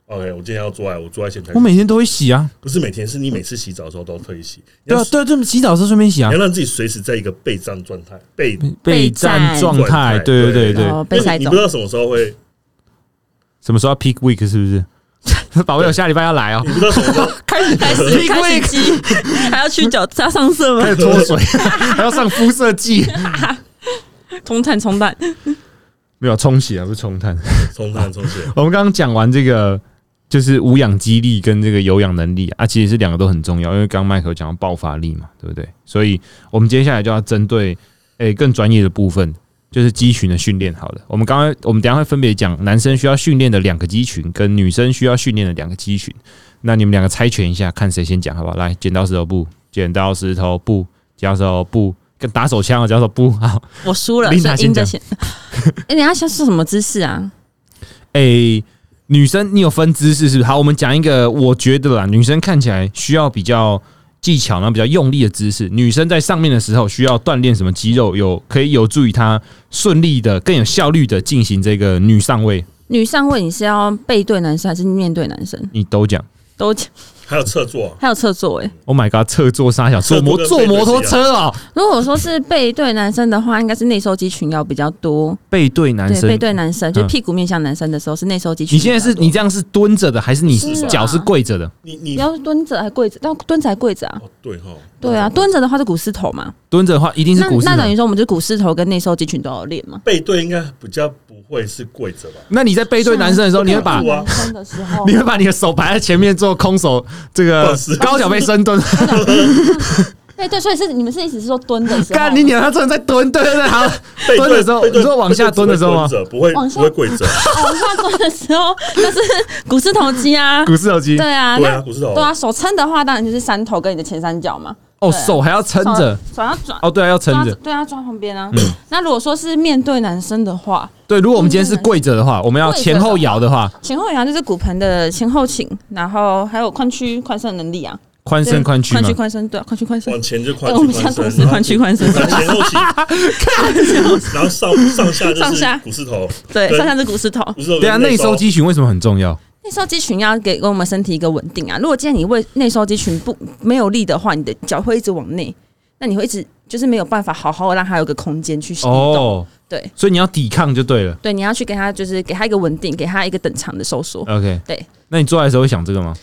[SPEAKER 3] OK，我今天要做爱，我做爱前才
[SPEAKER 1] 我每天都会洗啊，
[SPEAKER 3] 不是每天，是你每次洗澡的时候都特意洗。你
[SPEAKER 1] 对
[SPEAKER 3] 要
[SPEAKER 1] 啊对啊，就洗澡的时候顺便洗啊
[SPEAKER 3] 你要，让自己随时在一个备战状态，备
[SPEAKER 1] 备战
[SPEAKER 2] 备战
[SPEAKER 1] 状态，对对对
[SPEAKER 2] 然
[SPEAKER 1] 对，
[SPEAKER 2] 后被
[SPEAKER 3] 因为
[SPEAKER 2] 塞
[SPEAKER 3] 你
[SPEAKER 2] 走
[SPEAKER 3] 不知。道什么时候会，
[SPEAKER 1] 什么时候要 peak week 是不是？ 宝贝，我下礼拜要来哦
[SPEAKER 3] 你，不知道什么时候
[SPEAKER 1] 开 始
[SPEAKER 2] 开始
[SPEAKER 1] peak
[SPEAKER 2] 开始
[SPEAKER 1] week，
[SPEAKER 2] 激，还要去角加上色
[SPEAKER 1] 开
[SPEAKER 2] 吗
[SPEAKER 1] 始？脱水， 还要上肤色剂，
[SPEAKER 2] 冲淡冲淡，
[SPEAKER 1] 没有冲洗啊，不是冲碳。
[SPEAKER 3] 冲汗冲血。
[SPEAKER 1] 我们刚刚讲完这个，就是无氧肌力跟这个有氧能力啊，其实是两个都很重要，因为刚刚麦克有讲到爆发力嘛，对不对？所以我们接下来就要针对诶、更专业的部分，就是肌群的训练。好了，我们刚刚我们等一下会分别讲男生需要训练的两个肌群，跟女生需要训练的两个肌群。那你们两个猜拳一下，看谁先讲好不好？来，剪刀石头布，剪刀石头布，剪刀石头布，跟打手枪啊，剪刀石头布。好，
[SPEAKER 2] 我输了，
[SPEAKER 1] 琳
[SPEAKER 2] 所
[SPEAKER 1] 达
[SPEAKER 2] 以
[SPEAKER 1] 先
[SPEAKER 2] 赢着
[SPEAKER 1] 讲
[SPEAKER 2] 先。哎，你要先是什么姿势啊？
[SPEAKER 1] 诶、哎女生你有分姿势是不是？好，我们讲一个，我觉得啦，女生看起来需要比较技巧，然后比较用力的姿势。女生在上面的时候需要锻炼什么肌肉，有可以有助于她顺利的、更有效率的进行这个女上位。
[SPEAKER 2] 女上位你是要背对男生还是面对男生？
[SPEAKER 1] 你都讲
[SPEAKER 2] 都
[SPEAKER 3] 还有侧坐啊，
[SPEAKER 2] 还有侧坐哎、
[SPEAKER 1] ，Oh my god，侧坐沙小，坐
[SPEAKER 3] 侧坐
[SPEAKER 1] 摩
[SPEAKER 3] 跟
[SPEAKER 1] 坐
[SPEAKER 3] 背
[SPEAKER 1] 摩
[SPEAKER 3] 对是一
[SPEAKER 1] 托
[SPEAKER 3] 样
[SPEAKER 1] 车哦，
[SPEAKER 2] 如果说是背对男生的话，应该是内收肌群要比较多。
[SPEAKER 1] 背对男
[SPEAKER 2] 对，
[SPEAKER 1] 生
[SPEAKER 2] 背。对男生，就
[SPEAKER 1] 嗯
[SPEAKER 2] 屁股面向男生的时候是内收肌群
[SPEAKER 1] 你
[SPEAKER 2] 比较
[SPEAKER 1] 现
[SPEAKER 2] 多。
[SPEAKER 1] 在是你这样是蹲着的，还是你
[SPEAKER 3] 是啊
[SPEAKER 1] 脚是跪着的？
[SPEAKER 3] 你你
[SPEAKER 2] 你要蹲着还跪着？要蹲着还跪着啊？
[SPEAKER 3] 哦对哈，
[SPEAKER 2] 对啊，蹲着的话是股四头嘛。
[SPEAKER 1] 蹲着的话一定是
[SPEAKER 2] 那
[SPEAKER 1] 股四
[SPEAKER 2] 那
[SPEAKER 1] 头
[SPEAKER 2] 等于说我们就股四头跟内收肌群都要练嘛。
[SPEAKER 3] 背对应该比较不会是跪着吧？
[SPEAKER 1] 那你在背对男生的时候，你会把
[SPEAKER 3] 不啊
[SPEAKER 2] 男生的时候
[SPEAKER 1] 你会把你的手摆在前面做空手，这个
[SPEAKER 3] 不是
[SPEAKER 1] 高脚杯深蹲。
[SPEAKER 2] 哎对对，所以是你们是意思是说蹲的时候，
[SPEAKER 1] 干你娘！他真的在蹲，对对对，好，
[SPEAKER 3] 背
[SPEAKER 1] 蹲
[SPEAKER 3] 对
[SPEAKER 1] 的时候，
[SPEAKER 3] 背对
[SPEAKER 1] 你说往下蹲的时候吗
[SPEAKER 3] 背？对只会
[SPEAKER 2] 往
[SPEAKER 3] 蹲着
[SPEAKER 2] 下
[SPEAKER 3] 不会不会跪着，
[SPEAKER 2] 往下蹲的时候，那是股四头肌啊。
[SPEAKER 1] 股四头肌，
[SPEAKER 2] 对啊，
[SPEAKER 3] 对啊，
[SPEAKER 2] 那
[SPEAKER 3] 股市头
[SPEAKER 2] 对啊，手撑的话当然就是三头跟你的前三角嘛。
[SPEAKER 1] 哦，
[SPEAKER 2] 对啊
[SPEAKER 1] 手还要撑着，
[SPEAKER 2] 手手要转
[SPEAKER 1] 哦，对啊，要撑
[SPEAKER 2] 抓
[SPEAKER 1] 着。嗯
[SPEAKER 2] 对啊，抓旁边啊。 那如果说是面对男生的话，
[SPEAKER 1] 对，如果我们今天是跪着的话，我们要前后摇的话，
[SPEAKER 2] 前后仰就是骨盆的前后倾，然后还有髋屈髋伸能力啊，
[SPEAKER 1] 宽身宽屈
[SPEAKER 2] 髋
[SPEAKER 1] 嘛
[SPEAKER 2] 屈。髋伸，对啊，髋屈髋 伸
[SPEAKER 3] 往。前就
[SPEAKER 1] 哦
[SPEAKER 3] 宽
[SPEAKER 2] 哎
[SPEAKER 3] 屈
[SPEAKER 2] 我们家股
[SPEAKER 3] 宽
[SPEAKER 2] 市
[SPEAKER 3] 伸，
[SPEAKER 2] 髋屈髋伸，
[SPEAKER 3] 然后前后起，然后上上下就
[SPEAKER 2] 上
[SPEAKER 3] 是
[SPEAKER 2] 下
[SPEAKER 3] 股市头，
[SPEAKER 2] 对，
[SPEAKER 3] 对嗯
[SPEAKER 2] 上下是股四头。
[SPEAKER 3] 股市头跟
[SPEAKER 1] 对啊，内收
[SPEAKER 3] 收
[SPEAKER 1] 肌群为什么很重要？
[SPEAKER 2] 内收肌群要给给我们身体一个稳定啊。如果今天你为内收肌群不没有力的话，你的脚会一直往内，那你会一直就是没有办法好好地让它有个空间去行动。
[SPEAKER 1] 哦，
[SPEAKER 2] 对，
[SPEAKER 1] 所以你要抵抗就对了。
[SPEAKER 2] 对，你要去给它就是给它一个稳定，给它一个等长的收缩。
[SPEAKER 1] OK，
[SPEAKER 2] 对。
[SPEAKER 1] 那你坐在的时候会想这个吗？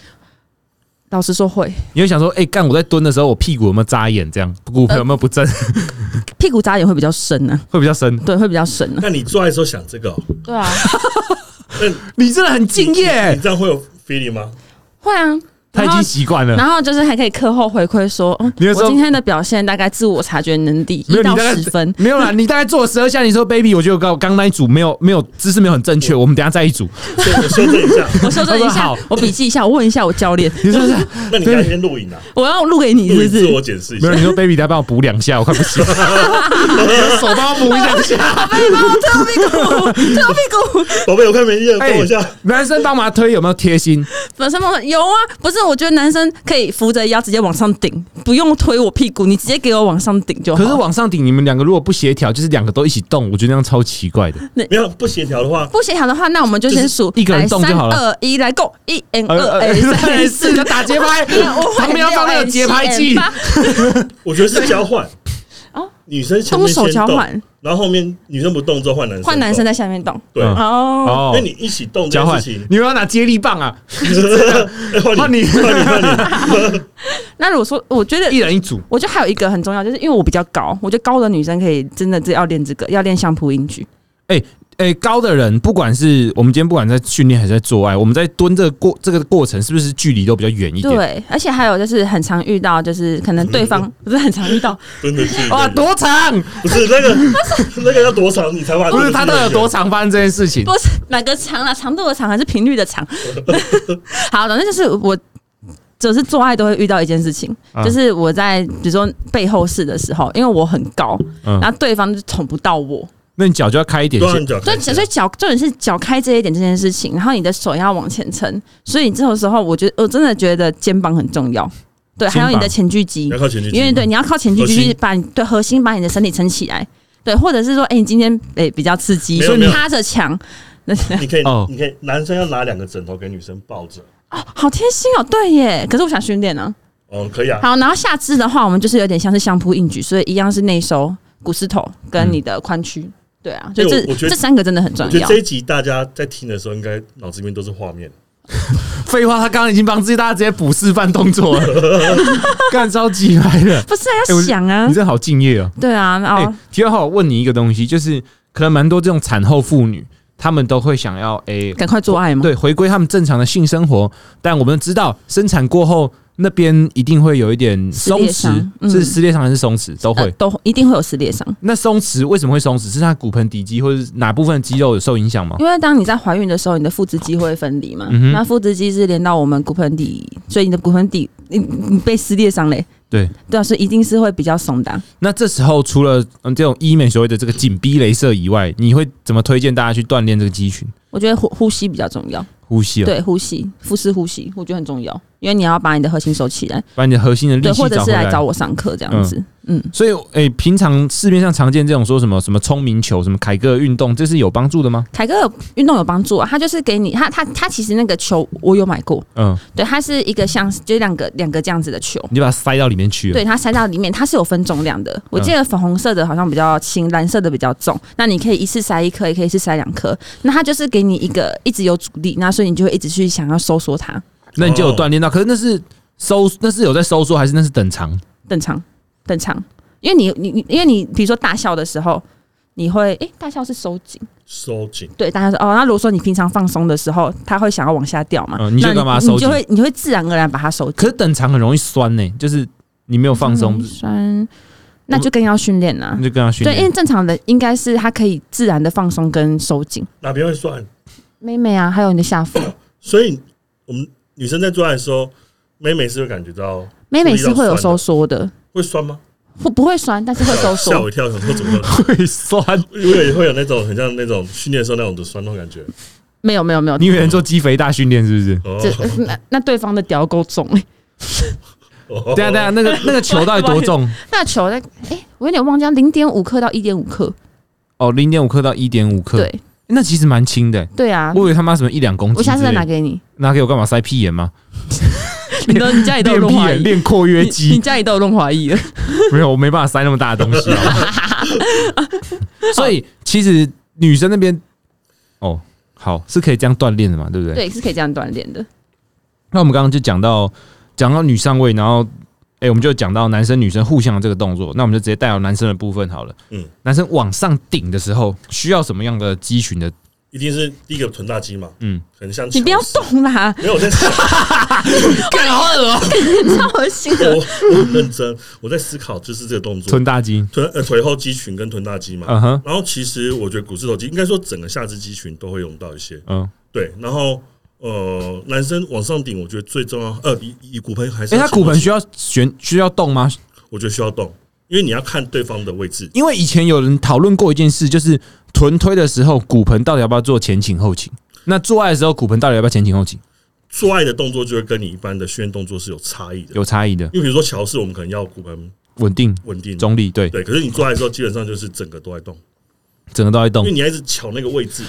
[SPEAKER 2] 老实说会，
[SPEAKER 1] 你会想说，哎，干我在蹲的时候，我屁股有没有扎眼？这样骨盆有没有不正？
[SPEAKER 2] 屁股扎也会比较深啊，
[SPEAKER 1] 会比较深。
[SPEAKER 2] 对，会比较深 啊。
[SPEAKER 3] 那你做爱的时候想这个哦，
[SPEAKER 2] 对啊，
[SPEAKER 3] 那
[SPEAKER 1] 你真的很敬
[SPEAKER 3] 你
[SPEAKER 1] 业，
[SPEAKER 3] 这样会有 feeling 吗？
[SPEAKER 2] 会啊。
[SPEAKER 1] 他已经习惯了。
[SPEAKER 2] 然后就是还可以课后回馈说，嗯，
[SPEAKER 1] 嗯你就说
[SPEAKER 2] 我今天的表现大概自我察觉能力
[SPEAKER 1] 没有
[SPEAKER 2] 一
[SPEAKER 1] 你
[SPEAKER 2] 到
[SPEAKER 1] 大概，
[SPEAKER 2] 十分
[SPEAKER 1] 没有啦，你大概做了十二下，你说 baby，我觉得刚刚那一组没有没有姿势没有很正确，我们等一下再一组。
[SPEAKER 3] 所以我修正一 下，
[SPEAKER 2] 我修正一
[SPEAKER 1] 他说
[SPEAKER 2] 下
[SPEAKER 1] 好，
[SPEAKER 2] 我笔记一下，我问一下我教练，
[SPEAKER 1] 你说是
[SPEAKER 3] 那你该先录影啊，
[SPEAKER 2] 我要录给你
[SPEAKER 3] 录
[SPEAKER 2] 是
[SPEAKER 3] 影
[SPEAKER 2] 不
[SPEAKER 3] 自
[SPEAKER 2] 是？
[SPEAKER 3] 我检视一
[SPEAKER 1] 没
[SPEAKER 3] 下
[SPEAKER 1] 有？。你说 baby，等下帮我补两下，我快不行了，手帮我补两下。
[SPEAKER 2] 哎帮我推我屁股，推我屁 股。
[SPEAKER 3] 宝贝，我看没见，帮
[SPEAKER 1] 哎
[SPEAKER 3] 我一下。，
[SPEAKER 1] 男生帮忙推有没有贴心？
[SPEAKER 2] 本身梦有啊，不是？我觉得男生可以扶着腰直接往上顶，不用推我屁股，你直接给我往上顶就 好。
[SPEAKER 1] 可是往上顶，你们两个如果不协调，就是两个都一起动，我觉得那样超奇怪的。
[SPEAKER 3] 没有不协调的话，
[SPEAKER 2] 不协调的话，那我们就先数
[SPEAKER 1] 就是一个人动就好了哎
[SPEAKER 2] 来三二一，来 go，一 n 二 n 三
[SPEAKER 1] 呃四，
[SPEAKER 2] 四
[SPEAKER 1] 就。打节 拍，
[SPEAKER 2] 哦哎我哎
[SPEAKER 1] 旁边要放那个节拍器。
[SPEAKER 3] 我觉得是交换
[SPEAKER 2] 哦。
[SPEAKER 3] 女生前
[SPEAKER 2] 动
[SPEAKER 3] 面先
[SPEAKER 2] 手
[SPEAKER 3] 动，
[SPEAKER 2] 交换，
[SPEAKER 3] 然后后面女生不动之后换男生，
[SPEAKER 2] 换男生。在下面动。
[SPEAKER 3] 对，
[SPEAKER 1] 嗯
[SPEAKER 2] 哦，
[SPEAKER 1] 哦
[SPEAKER 3] 因为哎你一起动这
[SPEAKER 1] 交
[SPEAKER 3] 件
[SPEAKER 1] 换
[SPEAKER 3] 事情，，
[SPEAKER 1] 你们要拿接力棒啊，
[SPEAKER 3] 哎换
[SPEAKER 1] 换
[SPEAKER 3] 你
[SPEAKER 1] 你
[SPEAKER 3] 换你换
[SPEAKER 2] 那如果说，我觉得
[SPEAKER 1] 一人一组。
[SPEAKER 2] 我觉得还有一个很重要，就是因为我比较高，我觉得高的女生可以真的是要练这个，要练相扑音举。
[SPEAKER 1] 诶、哎高的人，不管是我们今天不管在训练还是在做爱，我们在蹲这个过这个过程，是不是距离都比较远一点？
[SPEAKER 2] 对，而且还有就是很常遇到，就是可能对方 不是很常遇到，
[SPEAKER 3] 你，真的是
[SPEAKER 2] 哦
[SPEAKER 1] 哇，多长？
[SPEAKER 3] 不是那个 那个要多长你才把
[SPEAKER 1] 不是他到底有多长发生这件事情？
[SPEAKER 2] 不是哪个长啊，长度的长还是频率的长？ 好，反正就是我。只是做爱都会遇到一件事情，
[SPEAKER 1] 啊
[SPEAKER 2] 就是我在比如说背后式的时候，因为我很高，
[SPEAKER 1] 嗯
[SPEAKER 2] 然后对方就捅不到我，
[SPEAKER 1] 那你脚就要开一点
[SPEAKER 3] 多
[SPEAKER 1] 线
[SPEAKER 3] 长脚？
[SPEAKER 2] 所以所以脚重点是脚开这一点这件事情，然后你的手要往前撑，所以你这种时候，我觉得我真的觉得肩膀很重要，对，还有你
[SPEAKER 1] 肩
[SPEAKER 2] 的
[SPEAKER 1] 膀
[SPEAKER 2] 前锯肌
[SPEAKER 3] 你要，靠前去，
[SPEAKER 2] 因为对你要靠前锯
[SPEAKER 3] 核
[SPEAKER 2] 肌
[SPEAKER 3] 心
[SPEAKER 2] 去把你对核心把你的身体撑起来，对，或者是说，哎、你今天哎、比较刺激，
[SPEAKER 3] 没有
[SPEAKER 2] 所以你
[SPEAKER 3] 没有
[SPEAKER 2] 趴着墙，
[SPEAKER 3] 你可以
[SPEAKER 1] 哦
[SPEAKER 3] 你可以男生要拿两个枕头给女生抱着，
[SPEAKER 2] 好贴心哦，对耶。可是我想训练呢。
[SPEAKER 3] 哦，可以啊，
[SPEAKER 2] 好，然后下肢的话，我们就是有点像是相扑硬举，所以一样是内收、股四头跟你的髋区。对啊，就
[SPEAKER 3] 因为
[SPEAKER 2] 这
[SPEAKER 3] 嗯我我觉得
[SPEAKER 2] 这三个真的很重
[SPEAKER 3] 我觉得
[SPEAKER 2] 要
[SPEAKER 3] 这。一集大家在听的时候，应该脑子里面都是画面。
[SPEAKER 1] 废话，他刚刚已经帮自己大家直接补示范动 作了，干超级来的。
[SPEAKER 2] 不是啊，
[SPEAKER 1] 哎我
[SPEAKER 2] 要想啊
[SPEAKER 1] 你，真好敬业哦！
[SPEAKER 2] 对啊，然
[SPEAKER 1] 哎、
[SPEAKER 2] 后
[SPEAKER 1] 题外话，我问你一个东西，就是可能蛮多这种产后妇女，她们都会想要哎、
[SPEAKER 2] 赶快做爱嘛。
[SPEAKER 1] 对，回归她们正常的性生活。但我们知道，生产过后那边一定会有一点
[SPEAKER 2] 撕
[SPEAKER 1] 松
[SPEAKER 2] 裂
[SPEAKER 1] 弛
[SPEAKER 2] 伤，嗯
[SPEAKER 1] 是撕裂伤还是松弛都会。哦
[SPEAKER 2] 呃都一定会有撕裂伤，
[SPEAKER 1] 那松弛为什么会松弛？是它骨盆底肌或者是哪部分肌肉有受影响吗？
[SPEAKER 2] 因为当你在怀孕的时候，你的腹直肌会分离嘛，
[SPEAKER 1] 嗯哼
[SPEAKER 2] 那腹直肌是连到我们骨盆底，所以你的骨盆底你你被撕裂伤嘞，
[SPEAKER 1] 对。
[SPEAKER 2] 对啊，所以一定是会比较松的啊、
[SPEAKER 1] 那这时候除了嗯这种医美所谓的这个紧逼镭射以外，你会怎么推荐大家去锻炼这个肌群？
[SPEAKER 2] 我觉得呼呼吸比较重要，
[SPEAKER 1] 呼吸哦，
[SPEAKER 2] 对，呼吸、腹式呼吸，我觉得很重要，因为你要把你的核心收起来，
[SPEAKER 1] 把你的核心的力
[SPEAKER 2] 对，
[SPEAKER 1] 气
[SPEAKER 2] 或者
[SPEAKER 1] 找
[SPEAKER 2] 是
[SPEAKER 1] 回来
[SPEAKER 2] 来。找我上课这样子，嗯，
[SPEAKER 1] 所以，诶、平常市面上常见这种说什么什么聪明球、什么凯歌运动，这是有帮助的吗？
[SPEAKER 2] 凯哥有运动有帮助啊，他就是给你，他他他其实那个球我有买过，
[SPEAKER 1] 嗯，
[SPEAKER 2] 对，它是一个像就两个两个这样子的球，
[SPEAKER 1] 你就把它塞到里面去了。
[SPEAKER 2] 对，它塞到里面，它是有分重量的。
[SPEAKER 1] 嗯
[SPEAKER 2] 我记得粉红色的好像比较轻，蓝色的比较重。那你可以一次塞一颗，也可以一次塞两颗。那它就是给你一个一直有阻力，那所以你就会一直去想要收缩它。
[SPEAKER 1] 那你就有
[SPEAKER 3] 哦
[SPEAKER 1] 锻炼到。可是那是收，那是有在收缩，还是那是等长？
[SPEAKER 2] 等长，等长，因为你你你，因为你比如说大笑的时候，你会诶、大笑是收紧，
[SPEAKER 3] 收紧，
[SPEAKER 2] 对，大笑是哦。那如果说你平常放松的时候，它会想要往下掉嘛，
[SPEAKER 1] 嗯你就
[SPEAKER 2] 那
[SPEAKER 1] 干嘛
[SPEAKER 2] 你
[SPEAKER 1] 收
[SPEAKER 2] 你就
[SPEAKER 1] 紧
[SPEAKER 2] 会你会自然而然把它收紧。嗯
[SPEAKER 1] 可是等长很容易酸呢、就是你没有放松，
[SPEAKER 2] 酸，那就更要训练啦
[SPEAKER 1] 你。就跟他训
[SPEAKER 2] 对，因为
[SPEAKER 1] 练。
[SPEAKER 2] 正常的应该是它可以自然的放松跟收紧。
[SPEAKER 3] 哪边会酸？
[SPEAKER 2] 妹妹啊，还有你的 下腹，
[SPEAKER 3] 哎所以我们女生在做爱的时候，妹妹是会感觉到
[SPEAKER 2] 妹妹是会有收缩的，
[SPEAKER 3] 会酸 吗？
[SPEAKER 2] 会不会酸，但是会收
[SPEAKER 3] 吓
[SPEAKER 2] 缩。
[SPEAKER 3] 我一跳，想说怎么会？
[SPEAKER 1] 会酸，
[SPEAKER 3] 我以为会有那种很像那种训练的时候那种的酸痛感觉。
[SPEAKER 2] 没有没有没有，
[SPEAKER 1] 你以为做肌肥大训练是不是？
[SPEAKER 3] 哦
[SPEAKER 2] 这那那对方的屌够重、欸，
[SPEAKER 3] 哦
[SPEAKER 1] 对啊对啊，那个 那个球到底多重？
[SPEAKER 2] 那球在哎、我有点忘记，零点五克到一点五克，
[SPEAKER 1] 哦，零点五克到一点五克，
[SPEAKER 2] 对
[SPEAKER 1] 那其实蛮轻的、欸
[SPEAKER 2] 对啊。
[SPEAKER 1] 我以为他妈什么一两公斤之
[SPEAKER 2] 我
[SPEAKER 1] 类的。
[SPEAKER 2] 下次再拿给你，
[SPEAKER 1] 拿给我干嘛？塞屁眼吗？
[SPEAKER 2] 你都你家里都
[SPEAKER 1] 练
[SPEAKER 2] 有润
[SPEAKER 1] 屁
[SPEAKER 2] 滑
[SPEAKER 1] 眼，
[SPEAKER 2] 液，
[SPEAKER 1] 练括约
[SPEAKER 2] 你
[SPEAKER 1] 肌
[SPEAKER 2] 你。家里都有润滑液了，
[SPEAKER 1] 没有，我没办法塞那么大的东西好啊不好。 所以其实女生那边，哦，好是可以这样锻炼的嘛，对不对？。
[SPEAKER 2] 对，是可以这样锻炼的。
[SPEAKER 1] 那我们刚刚就讲到讲到女上位，然后哎、我们就讲到男生女生互相的这个动作，那我们就直接带到男生的部分好了。嗯
[SPEAKER 3] 嗯，
[SPEAKER 1] 男生往上顶的时候需要什么样的肌群的
[SPEAKER 3] 一一定是第一个臀大肌嘛，
[SPEAKER 1] 嗯，
[SPEAKER 3] 可能像
[SPEAKER 2] 你不要
[SPEAKER 3] 乔
[SPEAKER 2] 动啦，
[SPEAKER 3] 没有我在思考，
[SPEAKER 1] 干好恶 哦，
[SPEAKER 2] 超恶心的。
[SPEAKER 3] 我我很认真，我在思考就是这个动作，
[SPEAKER 1] 臀大肌，
[SPEAKER 3] 臀呃腿后肌群跟臀大肌嘛。
[SPEAKER 1] 嗯哼，
[SPEAKER 3] 然后其实我觉得股四头肌应该说整个下肢肌群都会用到一些，
[SPEAKER 1] 嗯，
[SPEAKER 3] 对。然后呃，男生往上顶，我觉得最重要，呃，以以骨盆还是
[SPEAKER 1] 哎，
[SPEAKER 3] 要
[SPEAKER 1] 他
[SPEAKER 3] 看位
[SPEAKER 1] 骨
[SPEAKER 3] 置，
[SPEAKER 1] 盆需要旋需要动吗？
[SPEAKER 3] 我觉得需要动，因为你要看对方的位置。
[SPEAKER 1] 因为以前有人讨论过一件事，就是臀推的时候，骨盆到底要不要做前倾后倾？那做爱的时候，骨盆到底要不要前倾后倾？
[SPEAKER 3] 做爱的动作就会跟你一般的训练动作是有差异的，
[SPEAKER 1] 有差异的，
[SPEAKER 3] 因为比如说桥式，我们可能要骨盆
[SPEAKER 1] 稳定、
[SPEAKER 3] 稳定，
[SPEAKER 1] 中立，对，
[SPEAKER 3] 对。可是你做爱的时候，基本上就是整个都在动，
[SPEAKER 1] 整个都在动
[SPEAKER 3] 因为。你要一直瞧那个 位置，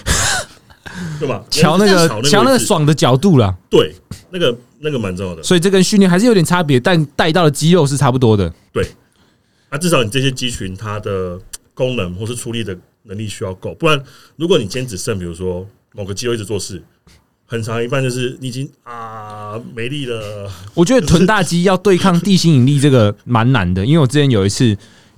[SPEAKER 3] 对吧？
[SPEAKER 1] 瞧那
[SPEAKER 3] 你要
[SPEAKER 1] 个
[SPEAKER 3] 一直瞧
[SPEAKER 1] 瞧那
[SPEAKER 3] 那
[SPEAKER 1] 个
[SPEAKER 3] 位置，
[SPEAKER 1] 爽的角度啦，
[SPEAKER 3] 对，那个那个蛮重要的。
[SPEAKER 1] 所以这跟训练还是有点差别，但带到的肌肉是差不多的。
[SPEAKER 3] 啊，至少你这些肌群它的功能或是出力的能力需要够，不然如果你今天只剩比如说某个肌肉一直做事，很长一半就是你已经啊没力了，
[SPEAKER 1] 我觉得臀大肌要对抗地心引力这个蛮难的，因为我之前有一次，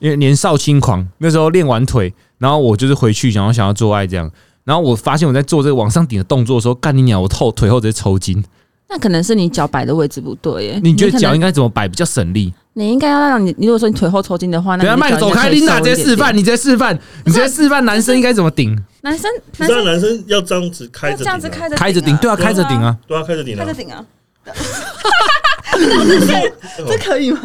[SPEAKER 1] 因为年少轻狂，那时候练完腿，然后我就是回去想要想要做爱这样，然后我发现我在做这个往上顶的动作的时候，干你娘，我后腿后直接抽筋。
[SPEAKER 2] 那可能是你脚摆的位置不对耶。
[SPEAKER 1] 你觉得
[SPEAKER 2] 可能
[SPEAKER 1] 脚应该怎么摆比较省力？
[SPEAKER 2] 你应该要让你，你如果说你腿后抽筋的话，那
[SPEAKER 1] 等
[SPEAKER 2] 你
[SPEAKER 1] 一下麦克
[SPEAKER 2] 脚
[SPEAKER 1] 走
[SPEAKER 2] 应该
[SPEAKER 1] 开，
[SPEAKER 2] 可以
[SPEAKER 1] 琳达
[SPEAKER 2] 收
[SPEAKER 1] 直
[SPEAKER 2] 一
[SPEAKER 1] 接
[SPEAKER 2] 点
[SPEAKER 1] 示范，你直接示 范，你直接示范男生应该怎么顶，
[SPEAKER 2] 男生
[SPEAKER 3] 你
[SPEAKER 2] 男
[SPEAKER 3] 知道
[SPEAKER 2] 生
[SPEAKER 3] 男生要这样子开
[SPEAKER 2] 要
[SPEAKER 3] 着
[SPEAKER 2] 这
[SPEAKER 3] 顶啊、
[SPEAKER 2] 样子开着
[SPEAKER 1] 开着顶，对啊，开着顶啊，
[SPEAKER 3] 对啊，开着顶
[SPEAKER 2] 开
[SPEAKER 3] 啊
[SPEAKER 2] 着，顶啊。 这可以吗？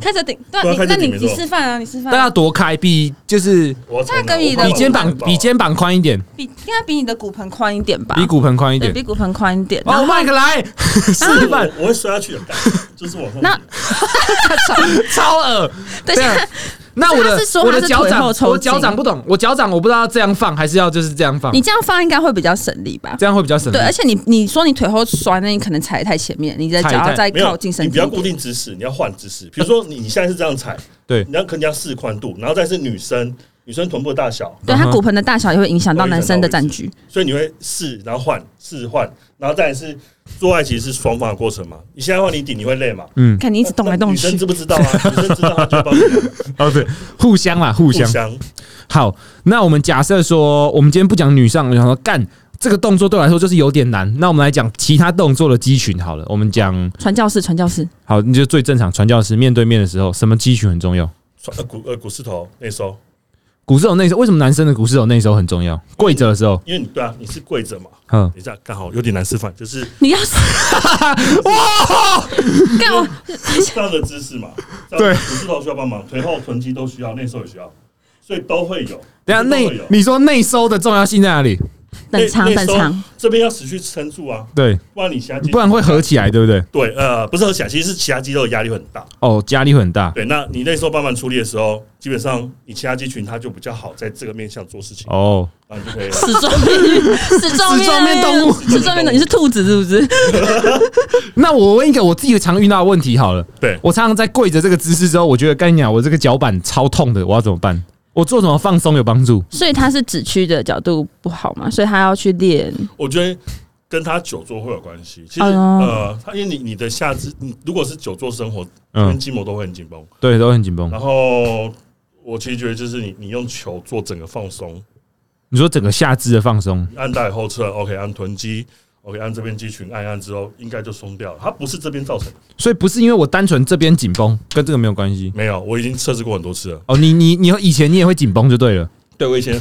[SPEAKER 2] 开着顶，对啊，
[SPEAKER 3] 啊对啊
[SPEAKER 2] 你
[SPEAKER 3] 开着
[SPEAKER 2] 那
[SPEAKER 3] 顶
[SPEAKER 2] 你
[SPEAKER 3] 没
[SPEAKER 2] 你
[SPEAKER 3] 错
[SPEAKER 2] 示范啊，你示范
[SPEAKER 1] 但
[SPEAKER 2] 啊、
[SPEAKER 1] 要多开，比就是
[SPEAKER 3] 我要
[SPEAKER 2] 那跟你的
[SPEAKER 1] 比肩膀比肩膀宽一点，
[SPEAKER 2] 比应该比你的骨盆宽一点吧，
[SPEAKER 1] 比骨盆宽一
[SPEAKER 2] 对
[SPEAKER 1] 点
[SPEAKER 2] 比。骨盆宽一点。然
[SPEAKER 1] 哦，
[SPEAKER 2] 后
[SPEAKER 1] 麦克 来示
[SPEAKER 3] 膀
[SPEAKER 1] 范，
[SPEAKER 3] 我会摔下去的， 干就是往上
[SPEAKER 2] 那
[SPEAKER 3] 顶
[SPEAKER 1] 超恶。啊
[SPEAKER 2] 等一下，
[SPEAKER 1] 那我
[SPEAKER 2] 他是
[SPEAKER 1] 的
[SPEAKER 2] 说
[SPEAKER 1] 我
[SPEAKER 2] 他
[SPEAKER 1] 的
[SPEAKER 2] 是
[SPEAKER 1] 脚
[SPEAKER 2] 腿
[SPEAKER 1] 掌
[SPEAKER 2] 后，抽
[SPEAKER 1] 我脚
[SPEAKER 2] 筋
[SPEAKER 1] 掌不懂，我脚掌我不知道要这样放还是要就是这样放
[SPEAKER 2] 你，这样放应该会比较省力吧？
[SPEAKER 1] 这样会比较省力
[SPEAKER 2] 对，。而且你你说你腿后摔，那你可能踩得太前面，你的脚
[SPEAKER 1] 踩得太
[SPEAKER 2] 要再
[SPEAKER 3] 没有
[SPEAKER 2] 靠近身
[SPEAKER 3] 你
[SPEAKER 2] 体
[SPEAKER 3] 不
[SPEAKER 2] 一
[SPEAKER 3] 要
[SPEAKER 2] 点。
[SPEAKER 3] 固定姿势，你要换姿势。比如说你你现在是这样踩，
[SPEAKER 1] 对
[SPEAKER 3] 你要肯定要试宽度，然后再是女生女生臀部的大小，
[SPEAKER 2] 对，
[SPEAKER 1] 嗯
[SPEAKER 2] 它
[SPEAKER 1] 哼
[SPEAKER 2] 骨盆的大小也会影响到
[SPEAKER 3] 会影响
[SPEAKER 2] 男生
[SPEAKER 3] 到
[SPEAKER 2] 的
[SPEAKER 3] 位
[SPEAKER 2] 占
[SPEAKER 3] 置
[SPEAKER 2] 据。
[SPEAKER 3] 所以你会试，然后换试换，然后再来是做爱，其实是双方的过程嘛。你现在换你顶，你会累嘛？
[SPEAKER 1] 嗯，
[SPEAKER 2] 看你一直动来动
[SPEAKER 3] 女生
[SPEAKER 2] 去
[SPEAKER 3] 知，不知道啊？女生知道她就帮你
[SPEAKER 1] 哦对，互相啦， 互
[SPEAKER 3] 互
[SPEAKER 1] 相。
[SPEAKER 3] 相。
[SPEAKER 1] 好，那我们假设说，我们今天不讲女上，我想说干这个动作对我来说就是有点难。那我们来讲其他动作的肌群好了，我们讲
[SPEAKER 2] 传教士，传 教士，
[SPEAKER 1] 好，你就最正常传教士面对面的时候，什么肌群很重要？
[SPEAKER 3] 传呃股呃股四头内收，
[SPEAKER 1] 股四头内收，为什么男生的股四头内收很重要？跪着的时候，
[SPEAKER 3] 因为你对啊，你是跪着嘛。
[SPEAKER 1] 嗯，
[SPEAKER 3] 等一下，刚好有点难示范，就是
[SPEAKER 2] 你要死哇！干我
[SPEAKER 3] 这样的姿势嘛。这样的股四头需要帮忙，腿后臀肌都需要，内收也需要，所以都会有。
[SPEAKER 1] 等一下
[SPEAKER 3] 都会
[SPEAKER 1] 啊内
[SPEAKER 3] 有，
[SPEAKER 1] 你说内收的重要性在哪里？
[SPEAKER 2] 等长
[SPEAKER 3] 内
[SPEAKER 2] 等
[SPEAKER 3] 内收
[SPEAKER 2] 长，
[SPEAKER 3] 这边要持续撑住啊，
[SPEAKER 1] 对，
[SPEAKER 3] 不然你其他肌
[SPEAKER 1] 不然会合起来，对不对？
[SPEAKER 3] 对呃不是合起来，其实是其他肌肉的压力会很大。
[SPEAKER 1] 哦，压力会很大。
[SPEAKER 3] 对，那你那时候慢慢出力的时候，基本上你其他肌群它就比较好在这个面向做事情，
[SPEAKER 1] 哦，
[SPEAKER 3] 然后你 就可以了。
[SPEAKER 2] 死状面，死状
[SPEAKER 1] 死状面动物
[SPEAKER 2] 死状面动物，你是兔子是不是？
[SPEAKER 1] 那我问一个我自己常遇到的问题好了，
[SPEAKER 3] 对
[SPEAKER 1] 我常常在跪着这个姿势之后，我觉得干你讲，我这个脚板超痛的，我要怎么办？我做什么放松有帮助？
[SPEAKER 2] 所以他是指区的角度不好嘛，所以他要去练。
[SPEAKER 3] 我觉得跟他久坐会有关系。其实、
[SPEAKER 2] 哎呦
[SPEAKER 1] 啊
[SPEAKER 3] 呃，他因为你你的下肢，你如果是久坐生活，跟
[SPEAKER 1] 嗯，
[SPEAKER 3] 筋膜都会很紧绷。
[SPEAKER 1] 对，都很紧绷
[SPEAKER 3] 然。后我其实觉得就是你你用球做整个放松，
[SPEAKER 1] 你说整个下肢的放松，
[SPEAKER 3] 按大腿后侧，OK，按臀肌。OK，按这边肌群按一按之后，应该就松掉了。它不是这边造成的，
[SPEAKER 1] 所以不是因为我单纯这边紧绷，跟这个没有关系。
[SPEAKER 3] 没有，我已经测试过很多次了。
[SPEAKER 1] 哦，你你你以前你也会紧绷就对了。
[SPEAKER 3] 对我以前，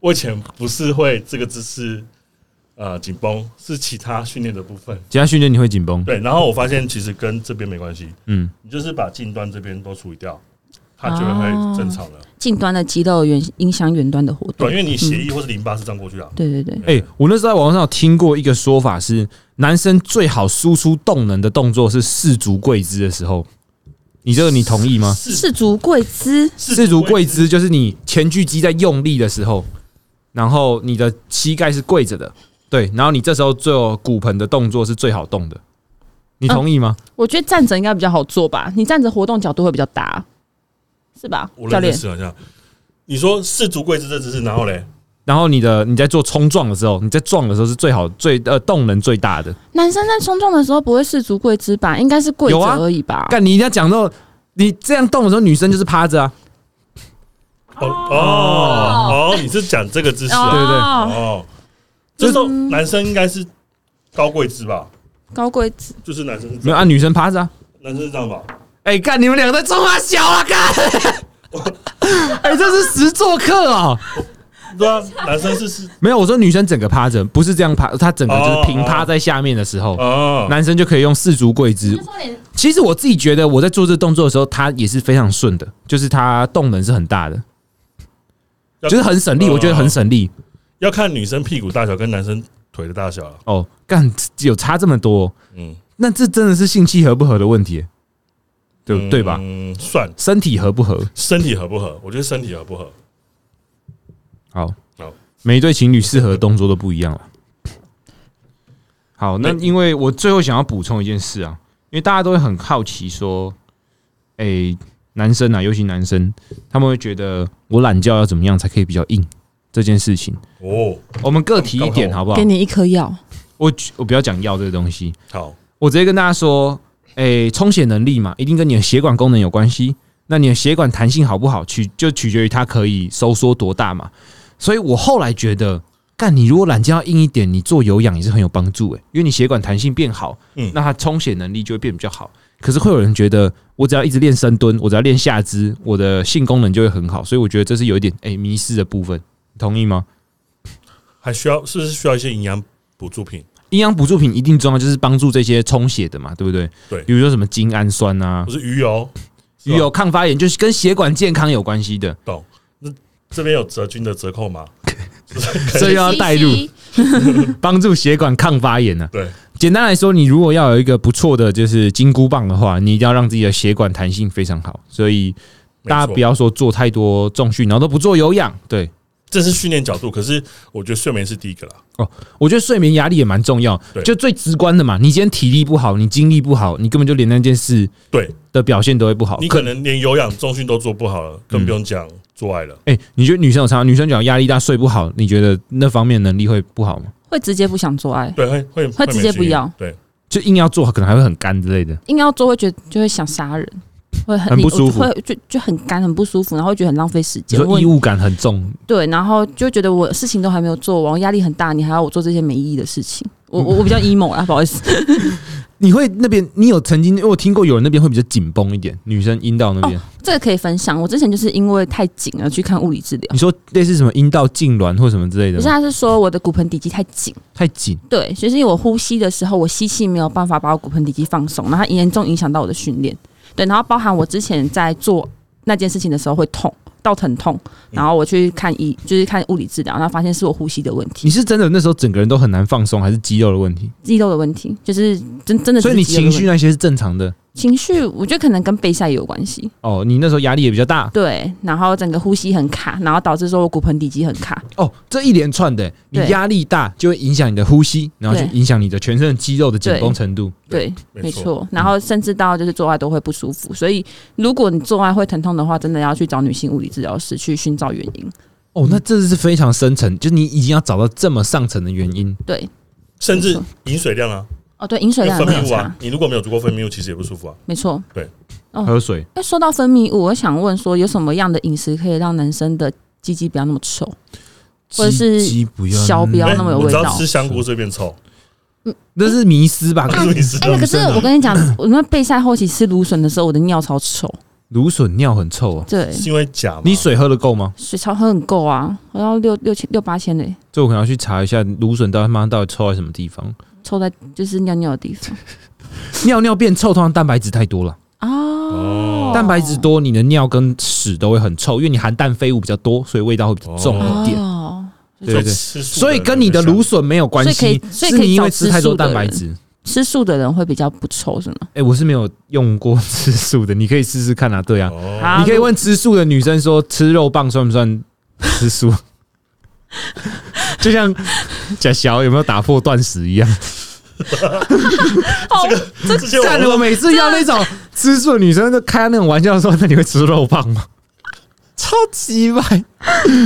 [SPEAKER 3] 我以前不是会这个姿势，呃，紧绷是其他训练的部分。
[SPEAKER 1] 其他训练你会紧绷，
[SPEAKER 3] 对，然后我发现其实跟这边没关系，
[SPEAKER 1] 嗯，
[SPEAKER 3] 你就是把近端这边都处理掉，它就会
[SPEAKER 2] 哦
[SPEAKER 3] 正常了。
[SPEAKER 2] 近端的肌肉原影响远端的活动嗯
[SPEAKER 3] 对，因。为你血液或是淋巴是这样过去的啊。
[SPEAKER 2] 对对对，
[SPEAKER 1] 哎、我那时候在网上有听过一个说法是，男生最好输出动能的动作是四足跪姿的时候，你这个你同意吗？
[SPEAKER 3] 是
[SPEAKER 2] 四足跪姿，
[SPEAKER 1] 四足跪姿就是你前锯肌在用力的时候，然后你的膝盖是跪着的，对，然后你这时候做骨盆的动作是最好动的，你同意吗？
[SPEAKER 2] 我觉得站着应该比较好做吧，你站着活动角度会比较大，是吧
[SPEAKER 3] 我？
[SPEAKER 2] 教
[SPEAKER 3] 认真
[SPEAKER 2] 练，
[SPEAKER 3] 思考一下，你说四足跪姿这姿势，然后嘞，
[SPEAKER 1] 然后你的你在做冲撞的时候，你在撞的时候是最好最呃动能最大的。
[SPEAKER 2] 男生在冲撞的时候不会四足跪姿吧？应该是跪
[SPEAKER 1] 有啊
[SPEAKER 2] 着而已吧？
[SPEAKER 1] 干、你一定要讲到你这样动的时候，女生就是趴着啊，
[SPEAKER 3] 哦哦哦，你是讲这个姿势啊？
[SPEAKER 1] 对对
[SPEAKER 2] 哦
[SPEAKER 3] 哦，这时候男生应该是高贵姿吧，
[SPEAKER 2] 高贵子
[SPEAKER 3] 就是男生是这
[SPEAKER 1] 没有
[SPEAKER 3] 样
[SPEAKER 1] 啊，女生趴着啊。
[SPEAKER 3] 男生是这样吧？
[SPEAKER 1] 哎、干你们两个在中华小啊，干！ 哎、这是实做课哦。
[SPEAKER 3] 对啊，男生是是
[SPEAKER 1] 没有，我说女生整个趴着，不是这样趴，她整个就是平趴在下面的时候，
[SPEAKER 3] 啊，
[SPEAKER 1] 男生就可以用四足跪姿
[SPEAKER 4] 就。说你
[SPEAKER 1] 其实我自己觉得我在做这动作的时候，他也是非常顺的，就是他动能是很大的，
[SPEAKER 3] 要嗯
[SPEAKER 1] 就是很省力，我觉得很省力。
[SPEAKER 3] 要看女生屁股大小跟男生腿的大小了。
[SPEAKER 1] 哦，干有差这么多、
[SPEAKER 3] 嗯，
[SPEAKER 1] 那这真的是性气合不合的问题，对、
[SPEAKER 3] 嗯
[SPEAKER 1] 对吧？？
[SPEAKER 3] 算
[SPEAKER 1] 身体合不合？
[SPEAKER 3] 身体合不合？我觉得身体合不合？
[SPEAKER 1] 好，
[SPEAKER 3] 好
[SPEAKER 1] 每一对情侣适合的动作都不一样了。好，那因为我最后想要补充一件事啊，因为大家都会很好奇说，诶、男生啊，尤其男生，他们会觉得我懒觉要怎么样才可以比较硬这件事情，
[SPEAKER 3] 哦，
[SPEAKER 1] 我们个体一点好不好
[SPEAKER 2] 给？你一颗药，
[SPEAKER 1] 我我不要讲药这个东西，
[SPEAKER 3] 好，
[SPEAKER 1] 我直接跟大家说，诶、充血能力嘛，一定跟你的血管功能有关系。那你的血管弹性好不好，取就取决于它可以收缩多大嘛。所以我后来觉得，干你如果懒觉要硬一点，你做有氧也是很有帮助诶、因为你血管弹性变好，
[SPEAKER 3] 嗯
[SPEAKER 1] 那它充血能力就会变比较好。可是会有人觉得，我只要一直练深蹲，我只要练下肢，我的性功能就会很好。所以我觉得这是有一点诶、迷失的部分，你同意吗？
[SPEAKER 3] 还需要是不是需要一些营养补助品？
[SPEAKER 1] 营养补助品一定重要，就是帮助这些充血的嘛，对不对？
[SPEAKER 3] 对
[SPEAKER 1] 比如说什么精氨酸啊
[SPEAKER 3] 不，是鱼油，是吧
[SPEAKER 1] 鱼油抗发炎就是跟血管健康有关系 的，
[SPEAKER 3] 这边有折军的折扣吗？
[SPEAKER 1] 所以要带入
[SPEAKER 4] 西西
[SPEAKER 1] 帮助血管抗发炎呢、
[SPEAKER 3] 对，
[SPEAKER 1] 简单来说，你如果要有一个不错的就是金箍棒的话，你一定要让自己的血管弹性非常好。所以大家
[SPEAKER 3] 没错
[SPEAKER 1] 不要说做太多重训，然后都不做有氧。对
[SPEAKER 3] 这是训练角度，可是我觉得睡眠是第一个啦。
[SPEAKER 1] 我觉得睡眠压力也蛮重要
[SPEAKER 3] 对，
[SPEAKER 1] 就最直观的嘛。你今天体力不好，你精力不好，你根本就连那件事
[SPEAKER 3] 对
[SPEAKER 1] 的表现都会不好。嗯
[SPEAKER 3] 你可能连有氧重训都做不好了，更不用讲做爱了。
[SPEAKER 1] 哎、你觉得女生有差吗？女生只要压力大睡不好，你觉得那方面能力会不好吗？
[SPEAKER 2] 会直接不想做爱，
[SPEAKER 3] 对，会会
[SPEAKER 2] 会直接
[SPEAKER 3] 没
[SPEAKER 2] 不要
[SPEAKER 3] 经验对，
[SPEAKER 1] 就硬要做，可能还会很干之类的。
[SPEAKER 2] 硬要做会觉得就会想杀人，会很
[SPEAKER 1] 很不
[SPEAKER 2] 你
[SPEAKER 1] 舒服
[SPEAKER 2] 会就就很干很不舒服，然后会觉得很浪费时
[SPEAKER 1] 你
[SPEAKER 2] 间。
[SPEAKER 1] 说
[SPEAKER 2] 我
[SPEAKER 1] 异物感很重，
[SPEAKER 2] 对，然后就觉得我事情都还没有做完，我压力很大，你还要我做这些没意义的事情。我我 我比较 emo 啊，不好意思。
[SPEAKER 1] 你会那边，你有曾经，因为我听过有人那边会比较紧绷一点，女生阴道那边，
[SPEAKER 2] 这个可以分享。我之前就是因为太紧了去看物理治疗，
[SPEAKER 1] 你说类似什么阴道痉挛或什么之类
[SPEAKER 2] 可
[SPEAKER 1] 的
[SPEAKER 2] 是啊
[SPEAKER 1] 吗，
[SPEAKER 2] 他是说我的骨盆底肌太紧，
[SPEAKER 1] 太紧，
[SPEAKER 2] 对，就是因为我呼吸的时候，我吸气没有办法把我骨盆底肌放松，然后它严重影响到我的训练。对，然后包含我之前在做那件事情的时候会痛，到疼痛，然后我去看医，就是看物理治疗，然后发现是我呼吸的问题，
[SPEAKER 1] 你是真的那时候整个人都很难放松，还是肌肉的问题？
[SPEAKER 2] 肌肉的问题，就是真真的
[SPEAKER 1] 所
[SPEAKER 2] 是
[SPEAKER 1] 以你
[SPEAKER 2] 肌肉的
[SPEAKER 1] 情
[SPEAKER 2] 问题。
[SPEAKER 1] 绪那些是正常的
[SPEAKER 2] 情绪，我觉得可能跟备赛也有关系。
[SPEAKER 1] 哦，你那时候压力也比较大
[SPEAKER 2] 对，然后整个呼吸很卡，然后导致说我骨盆底肌很卡。
[SPEAKER 1] 哦，这一连串的，你
[SPEAKER 2] 对
[SPEAKER 1] 压力大就会影响你的呼吸，然后就
[SPEAKER 2] 对
[SPEAKER 1] 影响你的全身的肌肉的紧绷程度。
[SPEAKER 2] 对，
[SPEAKER 3] 没
[SPEAKER 2] 没
[SPEAKER 3] 错
[SPEAKER 2] 错。然后甚至到就是做爱都会不舒服，所以如果你做爱会疼痛的话，真的要去找女性物理治疗师去寻找原因。
[SPEAKER 1] 哦，那这是非常深层，就是你已经要找到这么上层的原因。
[SPEAKER 2] 对，
[SPEAKER 3] 甚至
[SPEAKER 2] 没错
[SPEAKER 3] 饮水量啊，
[SPEAKER 2] 哦，对，饮水
[SPEAKER 3] 因为
[SPEAKER 2] 量
[SPEAKER 3] 分
[SPEAKER 2] 也很
[SPEAKER 3] 泌物
[SPEAKER 2] 差
[SPEAKER 3] 啊，，你如果没有足够分泌物，其实也不舒服啊。
[SPEAKER 2] 没错。哦
[SPEAKER 1] 喝水，
[SPEAKER 2] 哎，说到分泌物，我想问说，有什么样的饮食可以让男生的鸡鸡不要那么臭？或者是
[SPEAKER 1] 鸡鸡不要
[SPEAKER 2] 消标不要那么有
[SPEAKER 3] 哎我
[SPEAKER 2] 味
[SPEAKER 3] 只
[SPEAKER 2] 道
[SPEAKER 3] 要吃香菇随便臭，
[SPEAKER 1] 那是迷失吧？
[SPEAKER 3] 你知
[SPEAKER 2] 哎、
[SPEAKER 3] 道
[SPEAKER 2] 可是我跟 你讲，我那备赛后期吃芦笋的时候，我的尿超臭。
[SPEAKER 1] 芦笋尿很臭哦，
[SPEAKER 2] 对，
[SPEAKER 3] 是因为假嘛？
[SPEAKER 1] 你水喝的够吗？
[SPEAKER 2] 水超喝很够啊，我要六六千六八千嘞、
[SPEAKER 1] 这我可能要去查一下芦笋到底他妈到底臭在什么地方。
[SPEAKER 2] 抽在就是尿尿的地 方
[SPEAKER 1] 尿尿变臭，通常蛋白质太多了，
[SPEAKER 2] 哦，
[SPEAKER 1] 蛋白质多，你的尿跟屎都会很臭，因为你含氮废物比较多，所以味道会比较重一点。
[SPEAKER 2] 哦，
[SPEAKER 1] 对对对
[SPEAKER 3] 吃素
[SPEAKER 1] 所以
[SPEAKER 3] 人
[SPEAKER 1] 跟你的
[SPEAKER 3] 比较
[SPEAKER 1] 芦笋没有关
[SPEAKER 2] 所以
[SPEAKER 1] 系
[SPEAKER 2] 可，以所以
[SPEAKER 1] 是
[SPEAKER 2] 可以
[SPEAKER 1] 你因为
[SPEAKER 2] 找
[SPEAKER 1] 吃
[SPEAKER 2] 吃
[SPEAKER 1] 太多
[SPEAKER 2] 素的
[SPEAKER 1] 蛋白
[SPEAKER 2] 人
[SPEAKER 1] 质。
[SPEAKER 2] 吃素的人会比较不臭是吗？
[SPEAKER 1] 哎、我是没有用过吃素的，你可以试试看啊。对啊，
[SPEAKER 3] 哦，
[SPEAKER 2] 啊
[SPEAKER 1] 你可以问吃素的女生说，吃肉棒算不算吃 素？就像贾小有没有打破断食一样，
[SPEAKER 2] 哦，
[SPEAKER 3] 这些
[SPEAKER 1] 看
[SPEAKER 3] 我
[SPEAKER 1] 我每次要那种吃素的女生，就开那种玩笑说：“那你会吃肉棒吗？”超级白。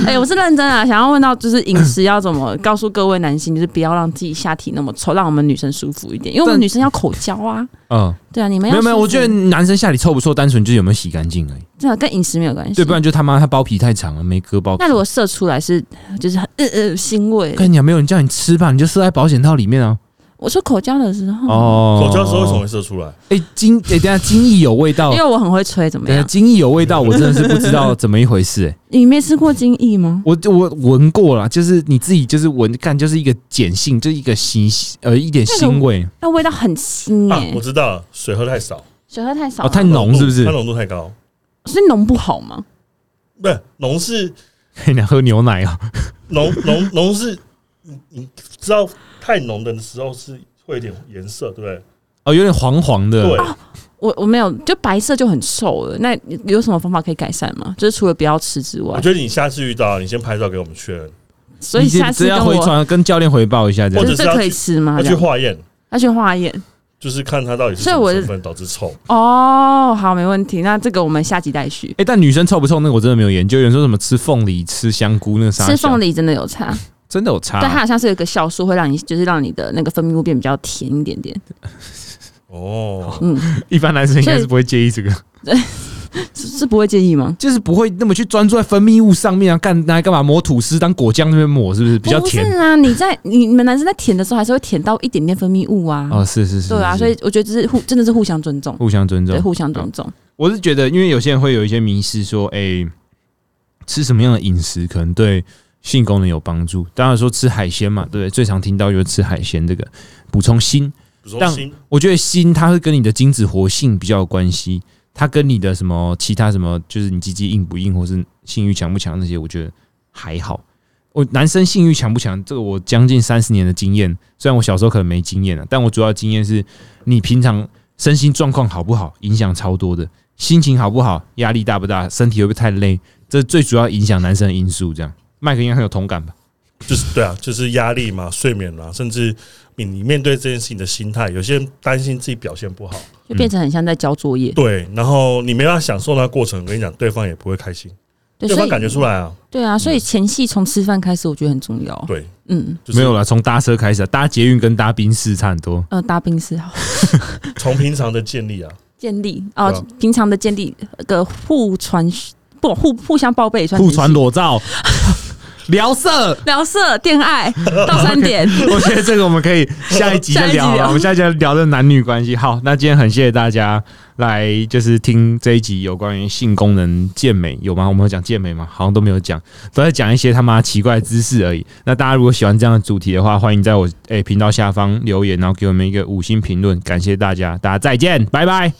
[SPEAKER 2] 哎、我是认真啊，想要问到就是饮食要怎么告诉各位男性，就是不要让自己下体那么臭，让我们女生舒服一点，因为我们
[SPEAKER 1] 但
[SPEAKER 2] 女生要口交啊。
[SPEAKER 1] 嗯，
[SPEAKER 2] 对啊，你们
[SPEAKER 1] 没
[SPEAKER 2] 要
[SPEAKER 1] 有没有，
[SPEAKER 2] 舒服
[SPEAKER 1] 我觉得男生下体臭不臭，单纯就是有没有洗干净而已。
[SPEAKER 2] 这个跟饮食没有关系。
[SPEAKER 1] 对，不然就他妈他包皮太长了，没割包皮
[SPEAKER 2] 那。如果射出来是就是很呃呃腥味，
[SPEAKER 1] 跟你讲，没有人叫你吃吧，你就射在保险套里面啊。
[SPEAKER 2] 我说口交的时候，
[SPEAKER 1] 哦，
[SPEAKER 3] 口交的时候为什么会射出来？
[SPEAKER 1] 哎、精哎、等一下精液有味道
[SPEAKER 2] 因为，我很会吹，怎么
[SPEAKER 1] 等一下
[SPEAKER 2] 样？
[SPEAKER 1] 精液有味道，我真的是不知道怎么一回事、 哎，
[SPEAKER 2] 你没吃过精液吗？
[SPEAKER 1] 我我闻过了，就是你自己就是闻，干就是一个碱性，就是一个腥呃一点腥味，
[SPEAKER 2] 那味道很腥
[SPEAKER 3] 啊
[SPEAKER 2] 哎、，
[SPEAKER 3] 我知道了，水喝太少，
[SPEAKER 2] 水喝太少
[SPEAKER 1] 哦
[SPEAKER 2] 了，
[SPEAKER 1] 太浓是不是
[SPEAKER 3] 它？浓度太高，
[SPEAKER 2] 所以浓不好吗？
[SPEAKER 3] 不是浓是
[SPEAKER 1] 你俩喝牛奶啊、
[SPEAKER 3] 浓浓浓是，你你知道太浓的时候是会有点颜色，对不对？
[SPEAKER 1] 哦，有点黄黄的，
[SPEAKER 3] 对，
[SPEAKER 2] 我我没有，就白色就很臭了。那有什么方法可以改善吗？就是除了不要吃之外
[SPEAKER 1] 啊
[SPEAKER 3] 我，觉得你下次遇到，你先拍照给我们确认，
[SPEAKER 2] 所以
[SPEAKER 1] 你这
[SPEAKER 2] 下次
[SPEAKER 1] 这
[SPEAKER 2] 跟
[SPEAKER 1] 要回
[SPEAKER 2] 我
[SPEAKER 1] 传跟教练回报一下，这样
[SPEAKER 3] 或者
[SPEAKER 2] 就是这
[SPEAKER 3] 是要
[SPEAKER 2] 可以
[SPEAKER 3] 去
[SPEAKER 2] 吃吗？
[SPEAKER 3] 要
[SPEAKER 2] 这
[SPEAKER 3] 去
[SPEAKER 2] 样
[SPEAKER 3] 化验，
[SPEAKER 2] 要去化验
[SPEAKER 3] 就是看它到底是
[SPEAKER 2] 所以
[SPEAKER 3] 什么
[SPEAKER 2] 我
[SPEAKER 3] 成分导致臭。
[SPEAKER 2] 哦。好，没问题。那这个我们下集再续。
[SPEAKER 1] 哎、但女生臭不臭那个我真的没有研究。有人说什么吃凤梨、吃香菇那个啥，
[SPEAKER 2] 吃凤梨真的有差，
[SPEAKER 1] 真的有差、啊
[SPEAKER 2] 对它好像是有一个酵素，会让你就是让你的那个分泌物变比较甜一点点。
[SPEAKER 3] 哦，
[SPEAKER 2] 嗯，
[SPEAKER 1] 一般男生应该是不会介意这个，
[SPEAKER 2] 是是不会介意吗？
[SPEAKER 1] 就是不会那么去专注在分泌物上面啊，干拿来干嘛抹吐司当果酱那边抹，是不是比较甜
[SPEAKER 2] 不？是啊，你在你们男生在舔的时候，还是会舔到一点点分泌物啊。
[SPEAKER 1] 哦，是是是，
[SPEAKER 2] 对啊，
[SPEAKER 1] 是
[SPEAKER 2] 所以我觉得这是互真的是互相尊重，
[SPEAKER 1] 互相尊
[SPEAKER 2] 对，
[SPEAKER 1] 重。
[SPEAKER 2] 互相尊重。
[SPEAKER 1] 我是觉得，因为有些人会有一些迷失，说，哎、吃什么样的饮食可能对性功能有帮助？当然说吃海鲜嘛，对不对？最常听到就是吃海鲜这个补充锌，
[SPEAKER 3] 比如说
[SPEAKER 1] 但
[SPEAKER 3] 心
[SPEAKER 1] 我觉得锌它会跟你的精子活性比较有关系，它跟你的什么其他什么，就是你鸡鸡硬不硬，或是性欲强不强那些，我觉得还好。我男生性欲强不强，这个我将近三十年的经验，虽然我小时候可能没经验了，但我主要经验是你平常身心状况好不好，影响超多的。心情好不好，压力大不大，身体会不会太累，这是最主要影响男生的因素。这样，麦克应该很有同感吧？
[SPEAKER 3] 就是对啊，就是压力嘛、睡眠啦，甚至你你面对这件事情的心态，有些人担心自己表现不好，
[SPEAKER 2] 就变成很像在交作
[SPEAKER 1] 嗯
[SPEAKER 2] 业，
[SPEAKER 3] 对，然后你没办法享受那个过程，我跟你讲，对方也不会开心，
[SPEAKER 2] 对，
[SPEAKER 3] 对
[SPEAKER 2] 所
[SPEAKER 3] 方
[SPEAKER 2] 以
[SPEAKER 3] 感觉出来啊，
[SPEAKER 2] 对
[SPEAKER 1] 嗯
[SPEAKER 2] 啊，所以前戏从吃饭开始，我觉得很重要。
[SPEAKER 3] 对，
[SPEAKER 2] 嗯，
[SPEAKER 3] 就是
[SPEAKER 1] 没有啦，从搭车开始、啊，搭捷运跟搭宾士差很多。
[SPEAKER 2] 呃，大兵是好
[SPEAKER 3] 从平常的建立啊，
[SPEAKER 2] 建立哦
[SPEAKER 3] 对啊，
[SPEAKER 2] 平常的建立呃个互传不互互相报备也算
[SPEAKER 1] 互
[SPEAKER 2] 前戏
[SPEAKER 1] 传裸照、 聊色。
[SPEAKER 2] 聊色恋爱到三点，
[SPEAKER 1] 我觉得这个我们可以 下一集再聊
[SPEAKER 2] 下一集
[SPEAKER 1] 了。
[SPEAKER 2] 聊
[SPEAKER 1] 我们下一集聊的男女关系。好，那今天很谢谢大家来，就是听这一集有关于性功能健美有吗？我们有讲健美吗？好像都没有讲，都在讲一些他妈奇怪的知识而已。那大家如果喜欢这样的主题的话，欢迎在我诶频、道下方留言，然后给我们一个五星评论。感谢大家，大家再见，拜拜。